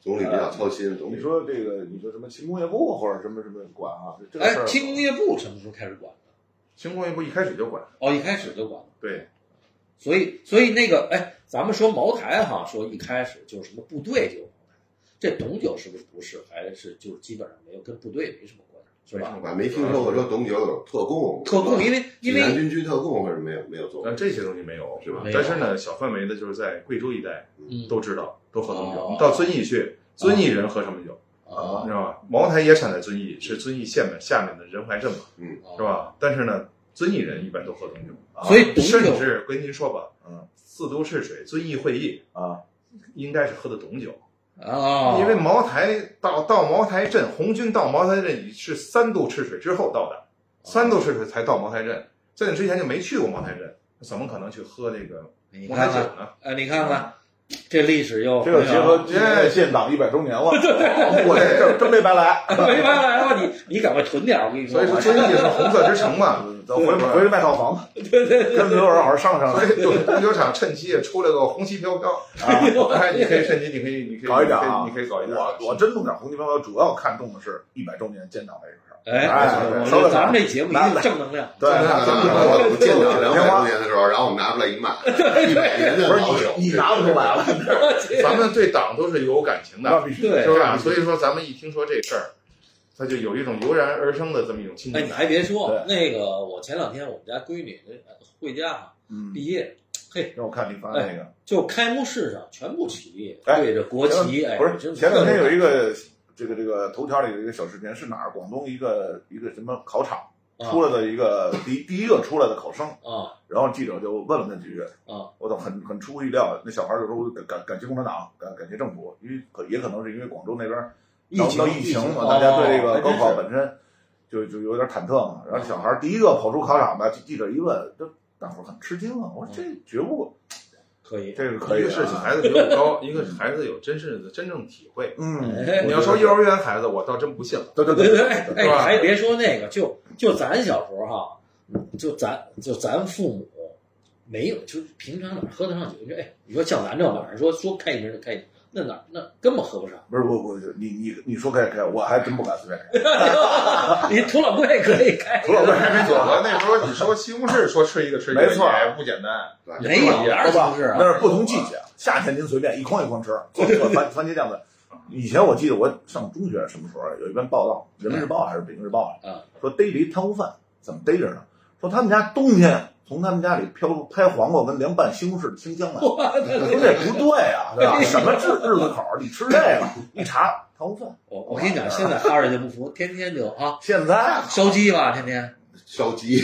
Speaker 3: 总理比较操心。总
Speaker 2: 你
Speaker 3: 理
Speaker 2: 说这个，你说什么轻工业部或者什么什么管啊？这个事
Speaker 1: 哎，
Speaker 2: 儿
Speaker 1: 轻工业部什么时候开始管的？
Speaker 4: 新工业部一开始就管，
Speaker 1: 哦，一开始就管了。
Speaker 4: 对，
Speaker 1: 所以，所以那个，哎，咱们说茅台哈，说一开始就是什么部队就有茅台，这董酒是不是不是？还是就是基本上没有跟部队没什么关系，是吧？
Speaker 3: 我还没听说过说董酒有特供，
Speaker 1: 特供，因为因
Speaker 3: 济南
Speaker 1: 为
Speaker 3: 军区特供为什么没有没有做？
Speaker 4: 但这些东西没有，
Speaker 3: 是吧
Speaker 1: 没有
Speaker 4: 但是呢，小范围的就是在贵州一带
Speaker 1: 嗯
Speaker 4: 都知道，都喝董酒。
Speaker 1: 哦
Speaker 4: 你到遵义去，遵义人喝什么酒？
Speaker 1: 啊
Speaker 4: 你知道吧？茅台也产在遵义，是遵义县面下面的仁怀镇嘛，是？吧？但是呢，遵义人一般都喝董酒，
Speaker 2: 啊
Speaker 1: 所以董
Speaker 4: 甚
Speaker 1: 酒
Speaker 4: 至跟您说吧，
Speaker 2: 嗯，
Speaker 4: 四都试水、遵义会议
Speaker 2: 啊，
Speaker 4: 应该是喝的董酒，
Speaker 1: 啊，
Speaker 4: 因为茅台到到茅台镇，红军到茅台镇是三渡赤水之后到的，三渡赤水才到茅台镇，在那之前就没去过茅台镇，怎么可能去喝那个
Speaker 1: 你
Speaker 4: 茅台
Speaker 1: 看
Speaker 4: 酒
Speaker 1: 看，
Speaker 4: 呢？
Speaker 1: 哎，你看看这历史又
Speaker 2: 这个结合
Speaker 4: 对啊
Speaker 2: 建建党一百周年了，啊我这这真没白来。
Speaker 1: 没办法，然后你你赶快囤点儿，我跟你说
Speaker 4: 所以，说遵义是红色之 城嘛，
Speaker 2: 咱回回去卖套房，跟刘老师好好商量商
Speaker 4: 所
Speaker 2: 量。
Speaker 4: 以就东酒厂趁机也出了个红旗 飘飘，哎，你可以趁机，你可以，你可以
Speaker 2: 搞一点啊
Speaker 4: 你可以你可以搞一点。
Speaker 2: 我我真弄点红旗飘飘，主要看重的是一百周年建党这个事儿。
Speaker 1: 哎，
Speaker 2: 哎
Speaker 1: 我们咱们这节目一定正能量，
Speaker 2: 对，
Speaker 3: 那
Speaker 2: 咱呃
Speaker 3: 咱
Speaker 2: 咱
Speaker 3: 们
Speaker 2: 们
Speaker 3: 我们建党两
Speaker 2: 天
Speaker 3: 百
Speaker 2: 花
Speaker 3: 周年的时候，然后我们拿出来一卖，一百年的老酒，
Speaker 2: 你拿不出来了，
Speaker 4: 咱们对党都是有感情的，
Speaker 2: 必须
Speaker 1: 对
Speaker 4: 是吧？所以说，咱们一听说这事儿，他就有一种油然而生的这么一种亲
Speaker 1: 哎，
Speaker 4: 近
Speaker 1: 你
Speaker 4: 感。
Speaker 1: 还别说
Speaker 2: 对，
Speaker 1: 那个我前两天我们家闺女呃回家啊
Speaker 2: 嗯，
Speaker 1: 毕业，嘿，
Speaker 2: 让我看你发那个，
Speaker 1: 就开幕式上全部起立，
Speaker 2: 哎
Speaker 1: 对着国旗，哎，
Speaker 2: 不是
Speaker 1: 真
Speaker 2: 前两天有一
Speaker 1: 个
Speaker 2: 个这个这个头条里有一个小视频，是哪儿？广东一个一个什么考场
Speaker 1: 啊
Speaker 2: 出来的一个第第一个出来的考生，
Speaker 1: 啊
Speaker 2: 然后记者就问了他几句，
Speaker 1: 啊，
Speaker 2: 我操，很很出乎意料，那小孩就说我感感谢共产党，感感谢政府，因为可也可能是因为广州那边
Speaker 1: 疫
Speaker 2: 闹
Speaker 1: 情
Speaker 2: 疫情
Speaker 1: 疫情
Speaker 2: 嘛，大家对
Speaker 1: 哦
Speaker 2: 这个
Speaker 1: 还真
Speaker 2: 高
Speaker 1: 是
Speaker 2: 考本身就就有点忐忑嘛。然后小孩第一个跑出考场吧，记者一问，这大伙儿很吃惊啊，我
Speaker 1: 嗯
Speaker 2: 说这觉悟
Speaker 1: 可以，
Speaker 2: 这个可
Speaker 4: 一
Speaker 2: 以
Speaker 4: 个
Speaker 2: 啊，
Speaker 4: 是孩子觉悟高，一个是孩子有真正的真正体会。
Speaker 2: 嗯，
Speaker 1: 哎
Speaker 4: 你要说幼儿园孩子，我倒真不信了。
Speaker 2: 对对
Speaker 1: 对
Speaker 2: 对
Speaker 1: 对， 哎，
Speaker 4: 是
Speaker 1: 哎
Speaker 4: 吧
Speaker 1: 还别说那个，就就咱小时候哈，就咱就咱父母没有，就是平常哪喝得上酒？你说，哎，你说像咱这晚上说说开一瓶就开一瓶，那哪那根本喝不上。
Speaker 2: 不是我我你你你说开开，我还真不敢随便开。
Speaker 1: 你土老贵可以开，
Speaker 2: 除了我
Speaker 4: 还没走过那时候，你说西红柿说吃一个吃一个，
Speaker 2: 没错
Speaker 4: 也不简单。
Speaker 1: 没有哪儿
Speaker 2: 是吧
Speaker 1: 不是？啊？
Speaker 2: 那是不同季节，夏天您随便一筐一筐吃，做做番番茄酱的。以前我记得我上中学什么时候啊有一篇报道，《人民日报》还是《北京日报》
Speaker 1: 嗯
Speaker 2: 啊，说逮着一贪污犯，怎么逮着呢？说他们家冬天从他们家里飘出拍黄瓜跟凉拌西红柿的清香 来，说这不对啊，对吧？什么日日子口儿，你吃这个？一查贪污犯，
Speaker 1: 我我跟你讲，现在哈尔就不服，天天就啊
Speaker 2: 现在
Speaker 1: 烧鸡吧，天天。
Speaker 3: 烧鸡，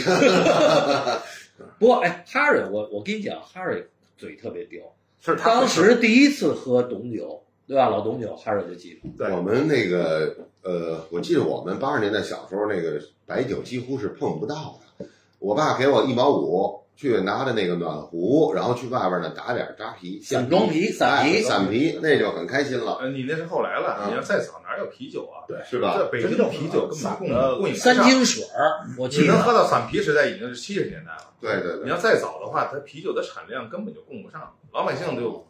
Speaker 1: 不过哎，哈尔我我跟你讲，哈尔嘴特别刁。
Speaker 2: 是他
Speaker 1: 当时第一次喝董酒，对吧？老董酒，哈尔就记住。
Speaker 4: 对
Speaker 3: 我们那个呃，我记得我们八十年代小时候那个白酒几乎是碰不到的。我爸给我一毛五，去拿着那个暖壶，然后去外边呢打点扎啤、
Speaker 1: 散装啤、散
Speaker 3: 哎
Speaker 1: 啤，
Speaker 3: 散啤，那就很开心了，
Speaker 4: 呃，你那是后来了，
Speaker 3: 啊
Speaker 4: 你要再早哪有啤酒啊？
Speaker 2: 对
Speaker 3: 是吧？
Speaker 4: 这北京的啤酒根本供供应不上
Speaker 1: 三斤水儿，我记
Speaker 4: 你能
Speaker 1: 得
Speaker 4: 喝到散啤时代已经是七十年代了。
Speaker 3: 对对
Speaker 4: 你
Speaker 3: 对，
Speaker 4: 要再早的话，它啤酒的产量根本就供不上，老百姓就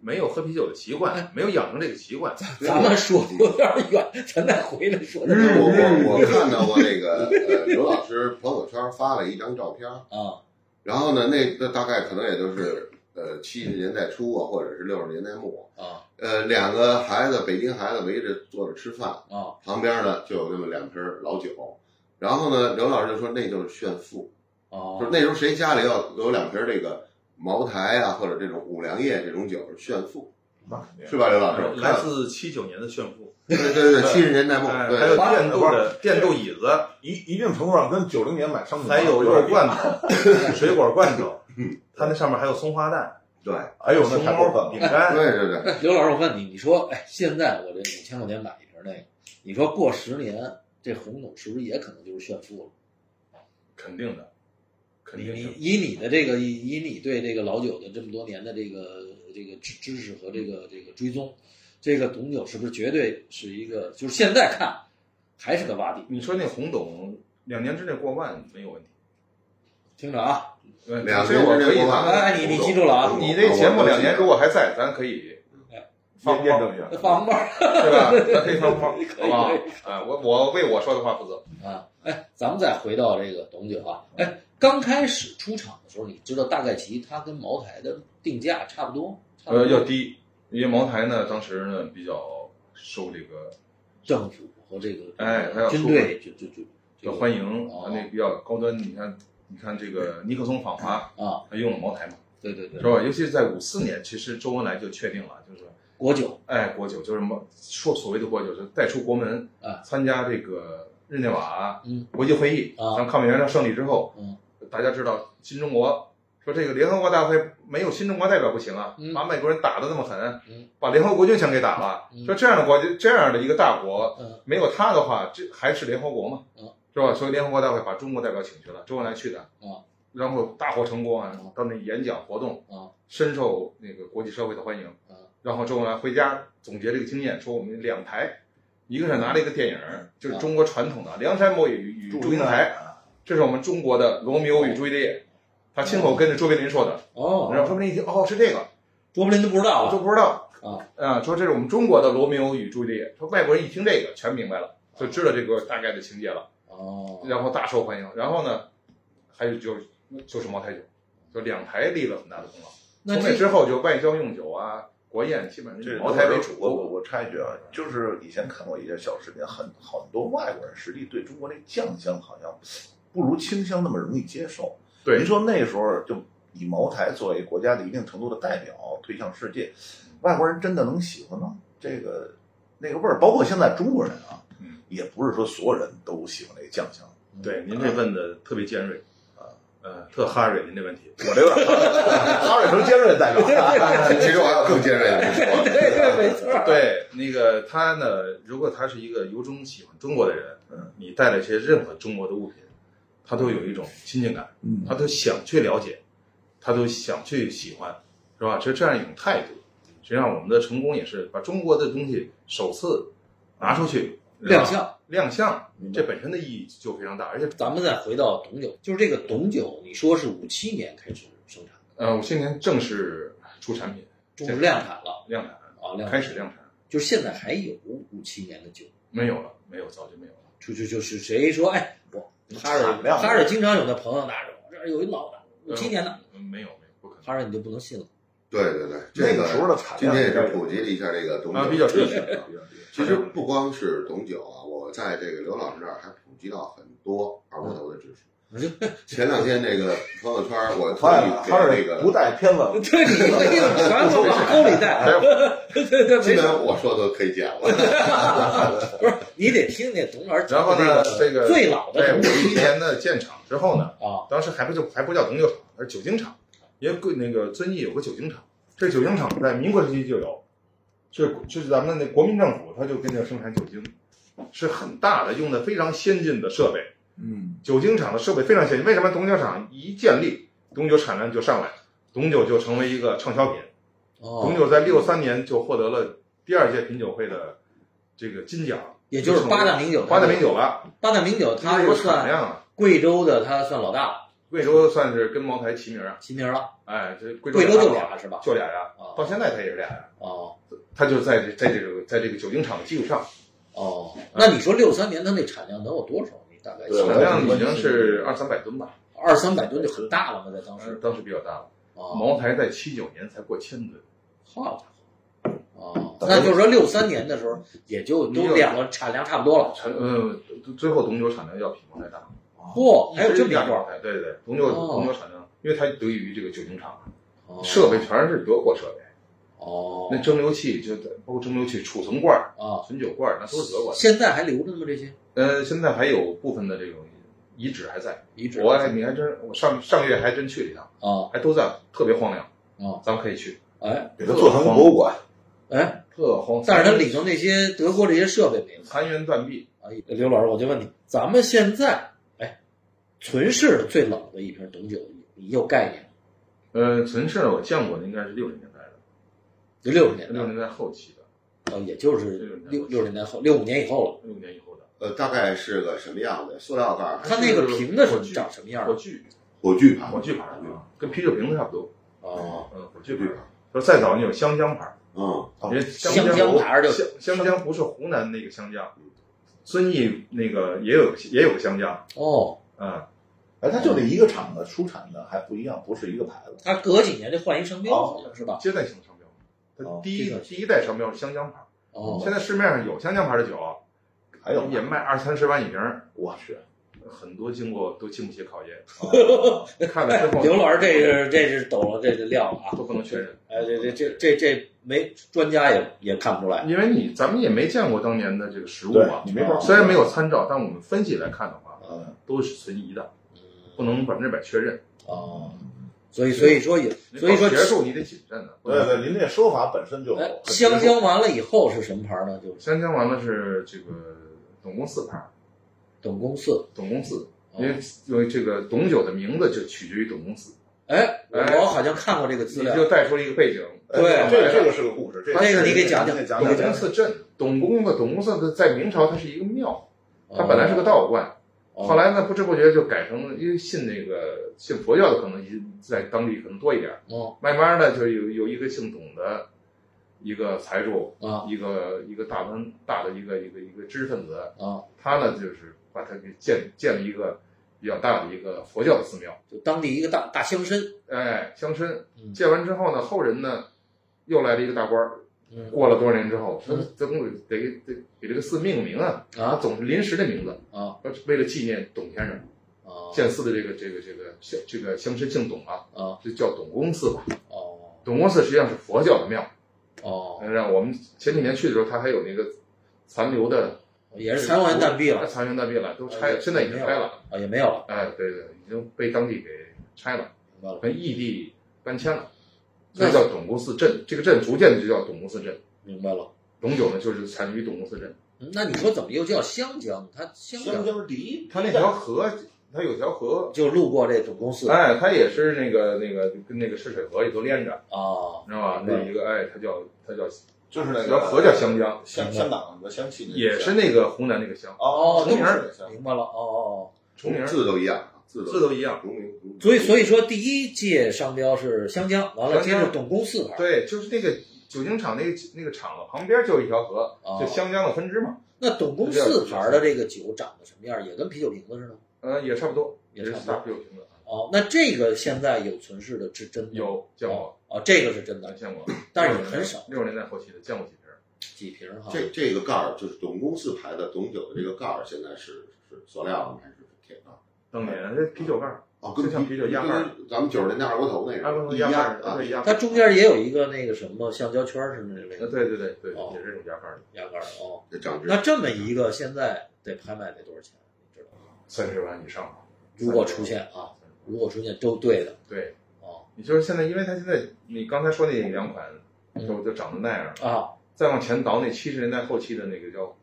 Speaker 4: 没有喝啤酒的习惯，
Speaker 1: 哎
Speaker 4: 没有养成这个习惯。
Speaker 1: 咱们说有点远，咱再回来说这
Speaker 3: 我
Speaker 1: 个
Speaker 3: 我我看到过那个呃刘老师朋友圈发了一张照片，
Speaker 1: 啊，
Speaker 3: 然后呢，那那大概可能也就是呃七十年代初啊，或者是六十年代末，
Speaker 1: 啊
Speaker 3: 呃，两个孩子，北京孩子围着坐着吃饭，
Speaker 1: 啊
Speaker 3: 旁边呢就有那么两瓶老酒，然后呢，刘老师就说那就是炫富，就是
Speaker 1: 啊！
Speaker 3: 那时候谁家里要有两瓶这个茅台啊，或者这种五粮液这种酒是炫富，
Speaker 2: 那肯定
Speaker 3: 是吧，刘老师？
Speaker 4: 来自七九年的炫富，
Speaker 3: 对对对，七十年代末，
Speaker 4: 哎，还有
Speaker 3: 对，
Speaker 4: 电镀的电镀椅子，
Speaker 2: 一一定程度上跟九零年买商品房
Speaker 4: 还有
Speaker 2: 点
Speaker 4: 肉罐头、 嗯水果罐头，它那上面还有松花蛋、
Speaker 3: 对，
Speaker 2: 还有那
Speaker 4: 熊
Speaker 2: 太过分
Speaker 4: 猫
Speaker 2: 了
Speaker 4: 饼。干。
Speaker 3: 对对对，
Speaker 1: 刘老师，我问你，你说，哎，现在我这五千块钱买一瓶那个，你说过十年这红酒是不是也可能就是炫富了？
Speaker 4: 肯定的，肯
Speaker 1: 你
Speaker 4: 定
Speaker 1: 你
Speaker 4: 是。
Speaker 1: 以你的这个以以你对这个老酒的这么多年的这个这个知知识和这个这个追踪，这个董酒是不是绝对是一个就是现在看还是个洼地？
Speaker 4: 你说那红董两年之内过万没有问题，
Speaker 1: 听着啊，
Speaker 4: 嗯
Speaker 3: 两
Speaker 4: 所以
Speaker 3: 年
Speaker 4: 我
Speaker 3: 之
Speaker 4: 可
Speaker 3: 内
Speaker 4: 以
Speaker 3: 过
Speaker 4: 拿
Speaker 3: 万，
Speaker 1: 哎你你记住了啊
Speaker 4: 你这节目两年如果还在，咱可以
Speaker 1: 嗯
Speaker 4: 发
Speaker 2: 验验
Speaker 4: 红包，
Speaker 2: 证一下，
Speaker 1: 放红包
Speaker 4: 对吧？咱可以 发红包，好不好
Speaker 1: 可以？
Speaker 4: 啊，我我为我说的话负责。
Speaker 1: 啊！哎，咱们再回到这个董酒啊，哎，刚开始出厂的时候，你知道大概其它跟茅台的定价差不多，差不
Speaker 4: 呃，
Speaker 1: 多
Speaker 4: 要低，因为茅台呢，当时呢比较受这个
Speaker 1: 政府和这个
Speaker 4: 哎还有
Speaker 1: 军
Speaker 4: 出
Speaker 1: 队就就就这
Speaker 4: 要
Speaker 1: 个
Speaker 4: 欢迎，
Speaker 1: 哦
Speaker 4: 它那比较高端。你看，你看这个尼克松访华，
Speaker 1: 啊，
Speaker 4: 它用了茅台嘛，
Speaker 1: 对对对
Speaker 4: 是，吧？尤其是在五四年，其实周恩来就确定了，就是
Speaker 1: 国酒
Speaker 4: 哎，国酒就是茅说所谓的国酒，就是带出国门
Speaker 1: 啊，
Speaker 4: 参加这个日内瓦
Speaker 1: 嗯
Speaker 4: 国际会议，
Speaker 1: 啊
Speaker 4: 咱们抗美援朝胜利之后
Speaker 1: 嗯，
Speaker 4: 大家知道新中国说这个联合国大会没有新中国代表不行啊
Speaker 1: 嗯，
Speaker 4: 把美国人打的那么
Speaker 1: 嗯
Speaker 4: 狠，把联合国军全给打了
Speaker 1: 嗯，
Speaker 4: 说这样的国家，这样的一个大国
Speaker 1: 嗯，
Speaker 4: 没有他的话，这还是联合国嘛
Speaker 1: 嗯，
Speaker 4: 是吧？所以联合国大会把中国代表请去了，周恩来去的
Speaker 1: 嗯，
Speaker 4: 然后大获成功啊
Speaker 1: 嗯，
Speaker 4: 到那演讲活动
Speaker 1: 嗯，
Speaker 4: 深受那个国际社会的欢迎。
Speaker 1: 啊
Speaker 4: 然后周恩来回家总结这个经验，说我们两台，一个是拿了一个电影儿，
Speaker 1: 嗯
Speaker 4: 就是中国传统的《梁山伯与与祝英台》，
Speaker 2: 啊
Speaker 4: 这是我们中国的《罗密欧与朱丽叶》，他亲口跟着卓别林说的。
Speaker 1: 哦
Speaker 4: 然，后卓别林一听，哦，是这个，
Speaker 1: 卓别林都不知道
Speaker 4: 我
Speaker 1: 了
Speaker 4: 都不知道
Speaker 1: 啊
Speaker 4: 啊，说这是我们中国的《罗密欧与朱丽叶》，说外国人一听这个全明白了，就知道这个大概的情节了，
Speaker 1: 哦，
Speaker 4: 然后大受欢迎。然后呢，还有就就是茅台酒，就两台立了很大的功劳。
Speaker 1: 那
Speaker 4: 从那
Speaker 1: 这
Speaker 4: 之后就外交用酒啊，国宴基本上
Speaker 2: 这
Speaker 4: 以茅台为主。
Speaker 2: 我我我插一句啊，就是以前看过一些小视频，很很多外国人实际对中国那酱香好像不如清香那么容易接受。
Speaker 4: 对
Speaker 2: 您说那时候就以茅台作为国家的一定程度的代表推向世界，外国人真的能喜欢吗？这个那个味儿，包括现在中国人啊
Speaker 4: 嗯，
Speaker 2: 也不是说所有人都喜欢那酱香。
Speaker 4: 对，您这问的特别尖锐
Speaker 2: 啊，
Speaker 4: 呃，特哈瑞，您这问题。
Speaker 2: 我这 个哈瑞成尖锐代表，啊
Speaker 3: 其实我还有更尖锐 的，
Speaker 1: 对对，没错儿，
Speaker 4: 对，那个他呢，如果他是一个由衷喜欢中国的人，
Speaker 2: 嗯，
Speaker 4: 你带了一些任何中国的物品，他都有一种亲近感，
Speaker 2: 嗯
Speaker 4: 他都想去了解，他都想去喜欢，是吧？就这样一种态度，实际上我们的成功也是把中国的东西首次拿出去
Speaker 1: 亮，相。
Speaker 4: 亮相
Speaker 2: 明，白
Speaker 4: 这本身的意义就非常大，而且
Speaker 1: 咱们再回到董酒，就是这个董酒，你说是五七年开始生产，
Speaker 4: 呃，我今年正式出产品
Speaker 1: 终于量产了
Speaker 4: 量产，
Speaker 1: 啊，量产
Speaker 4: 开始，量产，
Speaker 1: 就是现在还有五七年的酒，
Speaker 4: 没有了，没有，早就没有了。
Speaker 1: 就就就是谁说哎，我哈尔
Speaker 2: 产量
Speaker 1: 哈尔经常有那朋友拿着，我这儿有一老的五七年的，
Speaker 4: 嗯，没有没有，不可能。
Speaker 1: 哈尔你就不能信了，
Speaker 3: 对对对，
Speaker 2: 那
Speaker 3: 这
Speaker 2: 个时候
Speaker 3: 个
Speaker 2: 的产
Speaker 3: 今
Speaker 2: 量
Speaker 3: 天也是普及了一下这个董
Speaker 4: 啊，
Speaker 3: 酒，
Speaker 4: 比较正式， 比较正式
Speaker 3: 其实不光是董酒啊，我在这个刘老师这儿还普及到很多二锅头的知识。前两天这个朋友圈儿，我特
Speaker 2: 发现了，哈
Speaker 3: 意给那
Speaker 2: 瑞不
Speaker 3: 个，
Speaker 2: 带偏了。
Speaker 1: 对，你你全都往沟里 带，对对对，没
Speaker 3: 基
Speaker 1: 事儿，
Speaker 3: 本我说都可以讲了。
Speaker 1: 不是你得听那董老师
Speaker 4: 然
Speaker 1: 讲
Speaker 4: 后
Speaker 1: 的
Speaker 4: 呢，
Speaker 1: 这
Speaker 4: 这个
Speaker 1: 最老
Speaker 4: 对
Speaker 1: 的
Speaker 4: 五一年的建厂之后呢，
Speaker 1: 啊，
Speaker 4: 当时还不就还不叫红酒厂，而是酒精厂，因为贵那个遵义有个酒精厂，这酒精厂在民国时期就有，是就是咱们那国民政府他就跟着生产酒精，是很大的，用的非常先进的设备，
Speaker 2: 嗯，
Speaker 4: 酒精厂的设备非常先进。为什么董酒厂一建立，董酒产量就上来，董酒就成为一个畅销品。
Speaker 1: 哦，
Speaker 4: 董酒在六三年就获得了第二届品酒会的这个金奖，
Speaker 1: 也就是八大名酒，
Speaker 4: 八大名酒了，
Speaker 1: 八大名酒，它
Speaker 4: 有
Speaker 1: 是
Speaker 4: 产
Speaker 1: 算
Speaker 4: 量啊。
Speaker 1: 贵州的，它算老大了，
Speaker 4: 贵州算是跟茅台齐名啊，
Speaker 1: 齐名了。
Speaker 4: 哎，这贵州
Speaker 1: 贵州就
Speaker 4: 俩，
Speaker 1: 俩是吧？
Speaker 4: 就俩呀
Speaker 1: 啊，
Speaker 4: 到现在它也是俩呀，
Speaker 1: 哦
Speaker 4: 它就在这在这个在这个酒精厂的基础上，
Speaker 1: 哦，那你说六三年它那产量能有多少？你大概
Speaker 3: 对
Speaker 4: 产
Speaker 1: 想
Speaker 4: 量已经是二三百吨吧，
Speaker 1: 二三百吨就很大了嘛，在当时
Speaker 4: 当时比较大了。
Speaker 1: 哦，
Speaker 4: 茅台在七九年才过千吨，
Speaker 1: 好家伙，哦，那就是说六三年的时候也就都两个产量差不多了。
Speaker 4: 产嗯，最后董酒产量要比茅台大，
Speaker 1: 嚯，哦还有这么一
Speaker 4: 压茅
Speaker 1: 段
Speaker 4: 台，对对，董酒
Speaker 1: 哦
Speaker 4: 董酒产量，因为它得益于这个酒精厂
Speaker 1: 哦
Speaker 4: 设备全是德国设备。
Speaker 1: 哦
Speaker 4: 那蒸馏器就包括蒸馏器、储存罐儿、
Speaker 1: 啊，
Speaker 4: 存酒罐儿，那都是德国的。
Speaker 1: 现在还留着呢吗？这些
Speaker 4: 呃，现在还有部分的这种遗址还在。
Speaker 1: 遗址
Speaker 4: 我还你还真，我上上个月还真去了一趟，
Speaker 1: 啊，
Speaker 4: 还都在，特别荒凉。
Speaker 1: 哦，
Speaker 4: 咱们可以去，
Speaker 1: 哎
Speaker 2: 给它做成博物馆，
Speaker 1: 哎，
Speaker 4: 特荒。
Speaker 1: 但是它里头那些德国这些设备没了。
Speaker 4: 残垣断壁，
Speaker 1: 哎，刘老师，我就问你，咱们现在哎，存世的最老的一瓶董酒，你你有概念吗？
Speaker 4: 呃，存世呢我见过的应该是六十年代的，
Speaker 1: 就六十年代
Speaker 4: 六，十年代后期的，
Speaker 1: 哦，也就是六六十年代后，六五年以后了。
Speaker 4: 六年以后的
Speaker 3: 呃，大概是个什么样的？塑料盖儿还是
Speaker 1: 它那个瓶子是长什么样啊
Speaker 4: 火
Speaker 1: 的？
Speaker 4: 炬，
Speaker 3: 火炬牌，
Speaker 4: 火炬牌啊，跟啤酒瓶子差不多。
Speaker 1: 哦，
Speaker 4: 嗯，火炬
Speaker 3: 对
Speaker 4: 牌
Speaker 3: 对，。
Speaker 4: 就是再早你有湘江牌，
Speaker 3: 嗯，
Speaker 2: 哦
Speaker 4: 因为
Speaker 1: 湘江
Speaker 4: 湖
Speaker 1: 牌儿就
Speaker 4: 湘湘江不是湖南那个湘江，遵义那个也有也有个湘江，
Speaker 1: 哦，
Speaker 4: 嗯，
Speaker 2: 哎，它就这一个厂子出产的还不一样，不是一个牌子。
Speaker 1: 它隔几年就换一商标，好哦像是吧？
Speaker 4: 接待性商标。它
Speaker 2: 哦
Speaker 4: 第一
Speaker 1: 啊接待
Speaker 4: 第一代商标是湘江牌，
Speaker 1: 哦哎
Speaker 4: 现在市面上有湘江牌的酒，啊
Speaker 2: 还有啊
Speaker 4: 也卖二三十万一瓶儿，
Speaker 2: 我 去，
Speaker 4: 很多经过都经不起考 验，
Speaker 2: 啊
Speaker 4: 看了之后
Speaker 1: 刘老师，这是这是抖了，这是料了啊！
Speaker 4: 都不能确认，
Speaker 1: 哎，这这这这这没专家也也看不出来。
Speaker 4: 因为你咱们也没见过当年的这个实物
Speaker 2: 对
Speaker 4: 嘛，
Speaker 2: 你没法
Speaker 4: 虽然没有参照，但我们分析来看的话，
Speaker 2: 嗯
Speaker 4: 都是存疑的，不
Speaker 1: 嗯，
Speaker 4: 能百分之百确认。
Speaker 2: 呃
Speaker 1: 哦，所以所以说也所以说
Speaker 4: 学术你得谨慎的。
Speaker 2: 对对，您这说法本身就
Speaker 1: 哎，香蕉完了以后是什么牌呢？就是
Speaker 4: 湘江完了是这个董公四牌，
Speaker 1: 董公四。
Speaker 4: 董公四，
Speaker 1: 哦
Speaker 4: 因为因为这个董酒的名字就取决于董公四，
Speaker 1: 哎，
Speaker 4: 哎
Speaker 1: 我好像看过这个资
Speaker 4: 你
Speaker 1: 料。
Speaker 4: 就带出了一个背景。
Speaker 1: 对
Speaker 2: 哎这个这个是个故事，这
Speaker 1: 这个你给讲讲
Speaker 2: 讲
Speaker 4: 董
Speaker 2: 讲讲
Speaker 4: 公。寺镇，董公的董公寺的在明朝它是一个庙，
Speaker 1: 哦
Speaker 4: 它本来是个道观，
Speaker 1: 哦
Speaker 4: 后来呢不知不觉就改成，因为信那个信佛教的可能在当地可能多一点，
Speaker 1: 哦
Speaker 4: 慢慢的就有有一个姓董的，一个财主，
Speaker 1: 啊
Speaker 4: 一个一个大官大的一个一个一个知识分子，
Speaker 1: 啊，
Speaker 4: 他呢就是把它给建建了一个比较大的一个佛教的寺庙，
Speaker 1: 就当地一个大大乡绅。
Speaker 4: 哎，乡绅
Speaker 1: 嗯
Speaker 4: 建完之后呢，后人呢又来了一个大官儿，
Speaker 1: 嗯
Speaker 4: 过了多少年之后，说
Speaker 1: 嗯
Speaker 4: 咱们得给得给这个寺命个名啊，他
Speaker 1: 啊
Speaker 4: 总是临时的名字，
Speaker 1: 啊
Speaker 4: 为了纪念董先生
Speaker 1: 啊
Speaker 4: 建寺的这个这个这个乡这个乡绅姓董啊，
Speaker 1: 啊
Speaker 4: 就叫董公寺吧。
Speaker 1: 哦
Speaker 4: 董公寺实际上是佛教的庙，
Speaker 1: 哦，
Speaker 4: 让我们前几年去的时候，它还有那个残留的呃
Speaker 1: 也是残垣断壁了
Speaker 4: 残垣断壁了，都拆，了，现在已经拆了。
Speaker 1: 啊，也没有了。
Speaker 4: 哎，对对，已经被当地给拆了，
Speaker 1: 明白了。
Speaker 4: 跟异地搬迁了，
Speaker 1: 那
Speaker 4: 所以叫董公寺镇。这个镇逐渐就叫董公寺镇。
Speaker 1: 明白了。
Speaker 4: 董九呢，就是产于董公寺镇。
Speaker 1: 嗯那你说怎么又叫湘江？它湘
Speaker 2: 香
Speaker 1: 江
Speaker 2: 蕉是第一，
Speaker 4: 它那条河，它有条河，
Speaker 1: 就路过这总公司啊
Speaker 4: 哎，它也是那个那个跟那个赤水河也都连着，
Speaker 1: 啊
Speaker 4: 你知道吧？那一个哎，它叫它叫
Speaker 2: 就是那
Speaker 4: 那
Speaker 2: 个
Speaker 4: 条河叫湘江，
Speaker 2: 香香港的香气那个
Speaker 4: 也是那个湖南那个湘，
Speaker 2: 哦，
Speaker 1: 那
Speaker 2: 重名
Speaker 4: 儿
Speaker 2: 儿
Speaker 1: 明白了哦哦。
Speaker 4: 重名
Speaker 3: 字都一样，啊字
Speaker 4: 字都一样。
Speaker 3: 同名。同名
Speaker 1: 所以所以说第一届商标是湘江，完了接着董公四牌。
Speaker 4: 对，就是那个酒精厂那个那个厂子旁边就有一条河，
Speaker 1: 啊
Speaker 4: 就，湘江的分支嘛。
Speaker 1: 那董公四牌的这个酒长得什么样？也跟啤酒瓶子似的。
Speaker 4: 呃，也差不多，
Speaker 1: 也
Speaker 4: 是
Speaker 1: 差不多
Speaker 4: 大啤酒瓶子。
Speaker 1: 哦，那这个现在有存世的，是真的
Speaker 4: 有见过。
Speaker 1: 哦，这个是真
Speaker 4: 咱
Speaker 1: 的，
Speaker 4: 见过，
Speaker 1: 但是也很少，
Speaker 4: 六十年代后期的见过几瓶儿。
Speaker 1: 几瓶哈。
Speaker 3: 这这个盖儿就是董公四牌的董酒的这个盖儿，现在是是塑料的还是铁的？
Speaker 4: 当年这啤酒盖儿，
Speaker 3: 哦，
Speaker 4: 就
Speaker 3: 跟
Speaker 4: 像啤酒压盖儿
Speaker 3: 跟咱们九十年代二锅头那
Speaker 4: 二锅
Speaker 3: 个
Speaker 4: 头
Speaker 3: 一
Speaker 4: 压盖
Speaker 3: 样
Speaker 4: 儿，
Speaker 3: 啊
Speaker 4: 对，压盖
Speaker 1: 它
Speaker 4: 儿。
Speaker 1: 中间也有一个那个什么橡胶圈儿似的那
Speaker 4: 呃，
Speaker 1: 个
Speaker 4: 对对对对，
Speaker 1: 哦
Speaker 4: 也是这种压盖儿的，
Speaker 1: 压杆儿哦。
Speaker 3: 这长
Speaker 1: 那
Speaker 3: 枝
Speaker 1: 这么一个现在得拍卖得多少钱？你知道吗？
Speaker 4: 三十万以上吧。
Speaker 1: 如果出现啊，如果出现都对的
Speaker 4: 对，
Speaker 1: 哦
Speaker 4: 你就是现在，因为它现在你刚才说那两款
Speaker 1: 嗯
Speaker 4: 都都长得那样儿，
Speaker 1: 啊
Speaker 4: 再往前倒那七十年代后期的那个叫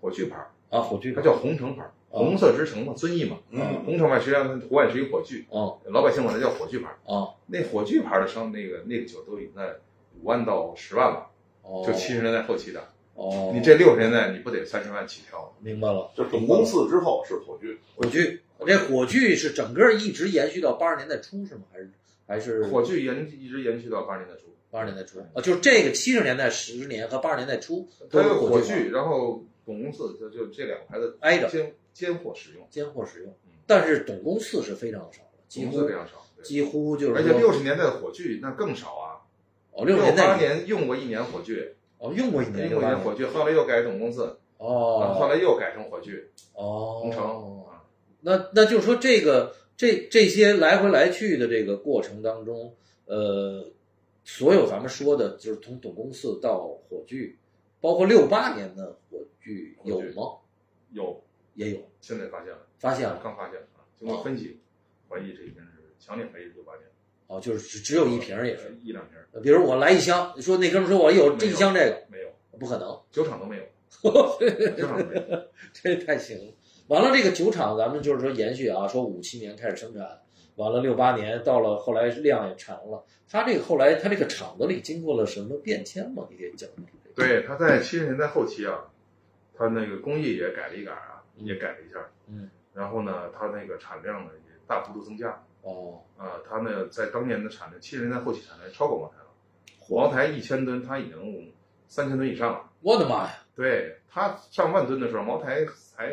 Speaker 4: 火炬牌儿，
Speaker 1: 啊，火炬
Speaker 4: 它叫红城牌儿，
Speaker 1: 哦
Speaker 4: 红色之城嘛，遵义嘛，
Speaker 2: 嗯
Speaker 4: 红城外实际上湖外是一火炬，
Speaker 1: 嗯
Speaker 4: 老百姓管它叫火炬牌。
Speaker 1: 嗯
Speaker 4: 那火炬牌的商那个那个酒都已经在五万到十万了，
Speaker 1: 哦，
Speaker 4: 就七十年代后期的。
Speaker 1: 哦，
Speaker 4: 你这六十年代你不得三十万起跳？
Speaker 1: 明白了。
Speaker 2: 就总公司之后是火炬，
Speaker 1: 火炬，这火炬是整个一直延续到八十年代初是吗？还是还是
Speaker 4: 火炬延一直延续到八十年代初，
Speaker 1: 八十年代初啊？就是这个七十年代十年和八十年代初
Speaker 4: 它
Speaker 1: 都是
Speaker 4: 有火
Speaker 1: 炬
Speaker 4: 炬，然后总公司就就这两个牌子
Speaker 1: 挨着
Speaker 4: 兼兼货使用，
Speaker 1: 间或使用
Speaker 4: 嗯，
Speaker 1: 但是总公次是非常少的，几
Speaker 4: 总
Speaker 1: 乎
Speaker 4: 司非常少。对
Speaker 1: 几乎就是
Speaker 4: 而且
Speaker 1: 说
Speaker 4: 六十年代的火炬那更少啊，
Speaker 1: 哦六
Speaker 4: 六
Speaker 1: 十年代
Speaker 4: 八年用过一年火炬，
Speaker 1: 哦用过一年
Speaker 4: 用过一年
Speaker 1: 68
Speaker 4: 火炬，后来又改总公司，然后后
Speaker 1: 哦
Speaker 4: 来又改成火炬
Speaker 1: 哦
Speaker 4: 红城。啊。
Speaker 1: 那那就是说，这个这这些来回来去的这个过程当中，呃，所有咱们说的，就是从董公寺到火炬，包括六八年的火炬
Speaker 4: 火炬
Speaker 1: 有吗？
Speaker 4: 有，
Speaker 1: 也有，
Speaker 4: 现在发现了，
Speaker 1: 发现了
Speaker 4: 刚发现了啊，经过分析，怀疑这一瓶是强烈怀疑六八年，
Speaker 1: 哦，就是只只有一瓶儿也是。
Speaker 4: 一两瓶儿
Speaker 1: 呃比如我来一箱，你说那哥们儿说我有这一箱这个，
Speaker 4: 没有，
Speaker 1: 不可能，
Speaker 4: 酒厂 都没有，酒厂都没有，
Speaker 1: 这太行了。完了，这个酒厂咱们就是说延续啊，说五七年开始生产，完了六八年到了后来量也产了，它这个后来它这个厂子里经过了什么变迁吗？你给讲讲这个。
Speaker 4: 对，他在七十年代后期啊，他那个工艺也改了一改啊，也改了一下，
Speaker 1: 嗯，
Speaker 4: 然后呢，他那个产量呢也大幅度增加，
Speaker 1: 哦，
Speaker 4: 啊，他呢在当年的产量，七十年代后期产量超过茅台了，茅台一千吨，它已经三千吨以上了，
Speaker 1: 我的妈呀！
Speaker 4: 对，它上万吨的时候，茅台才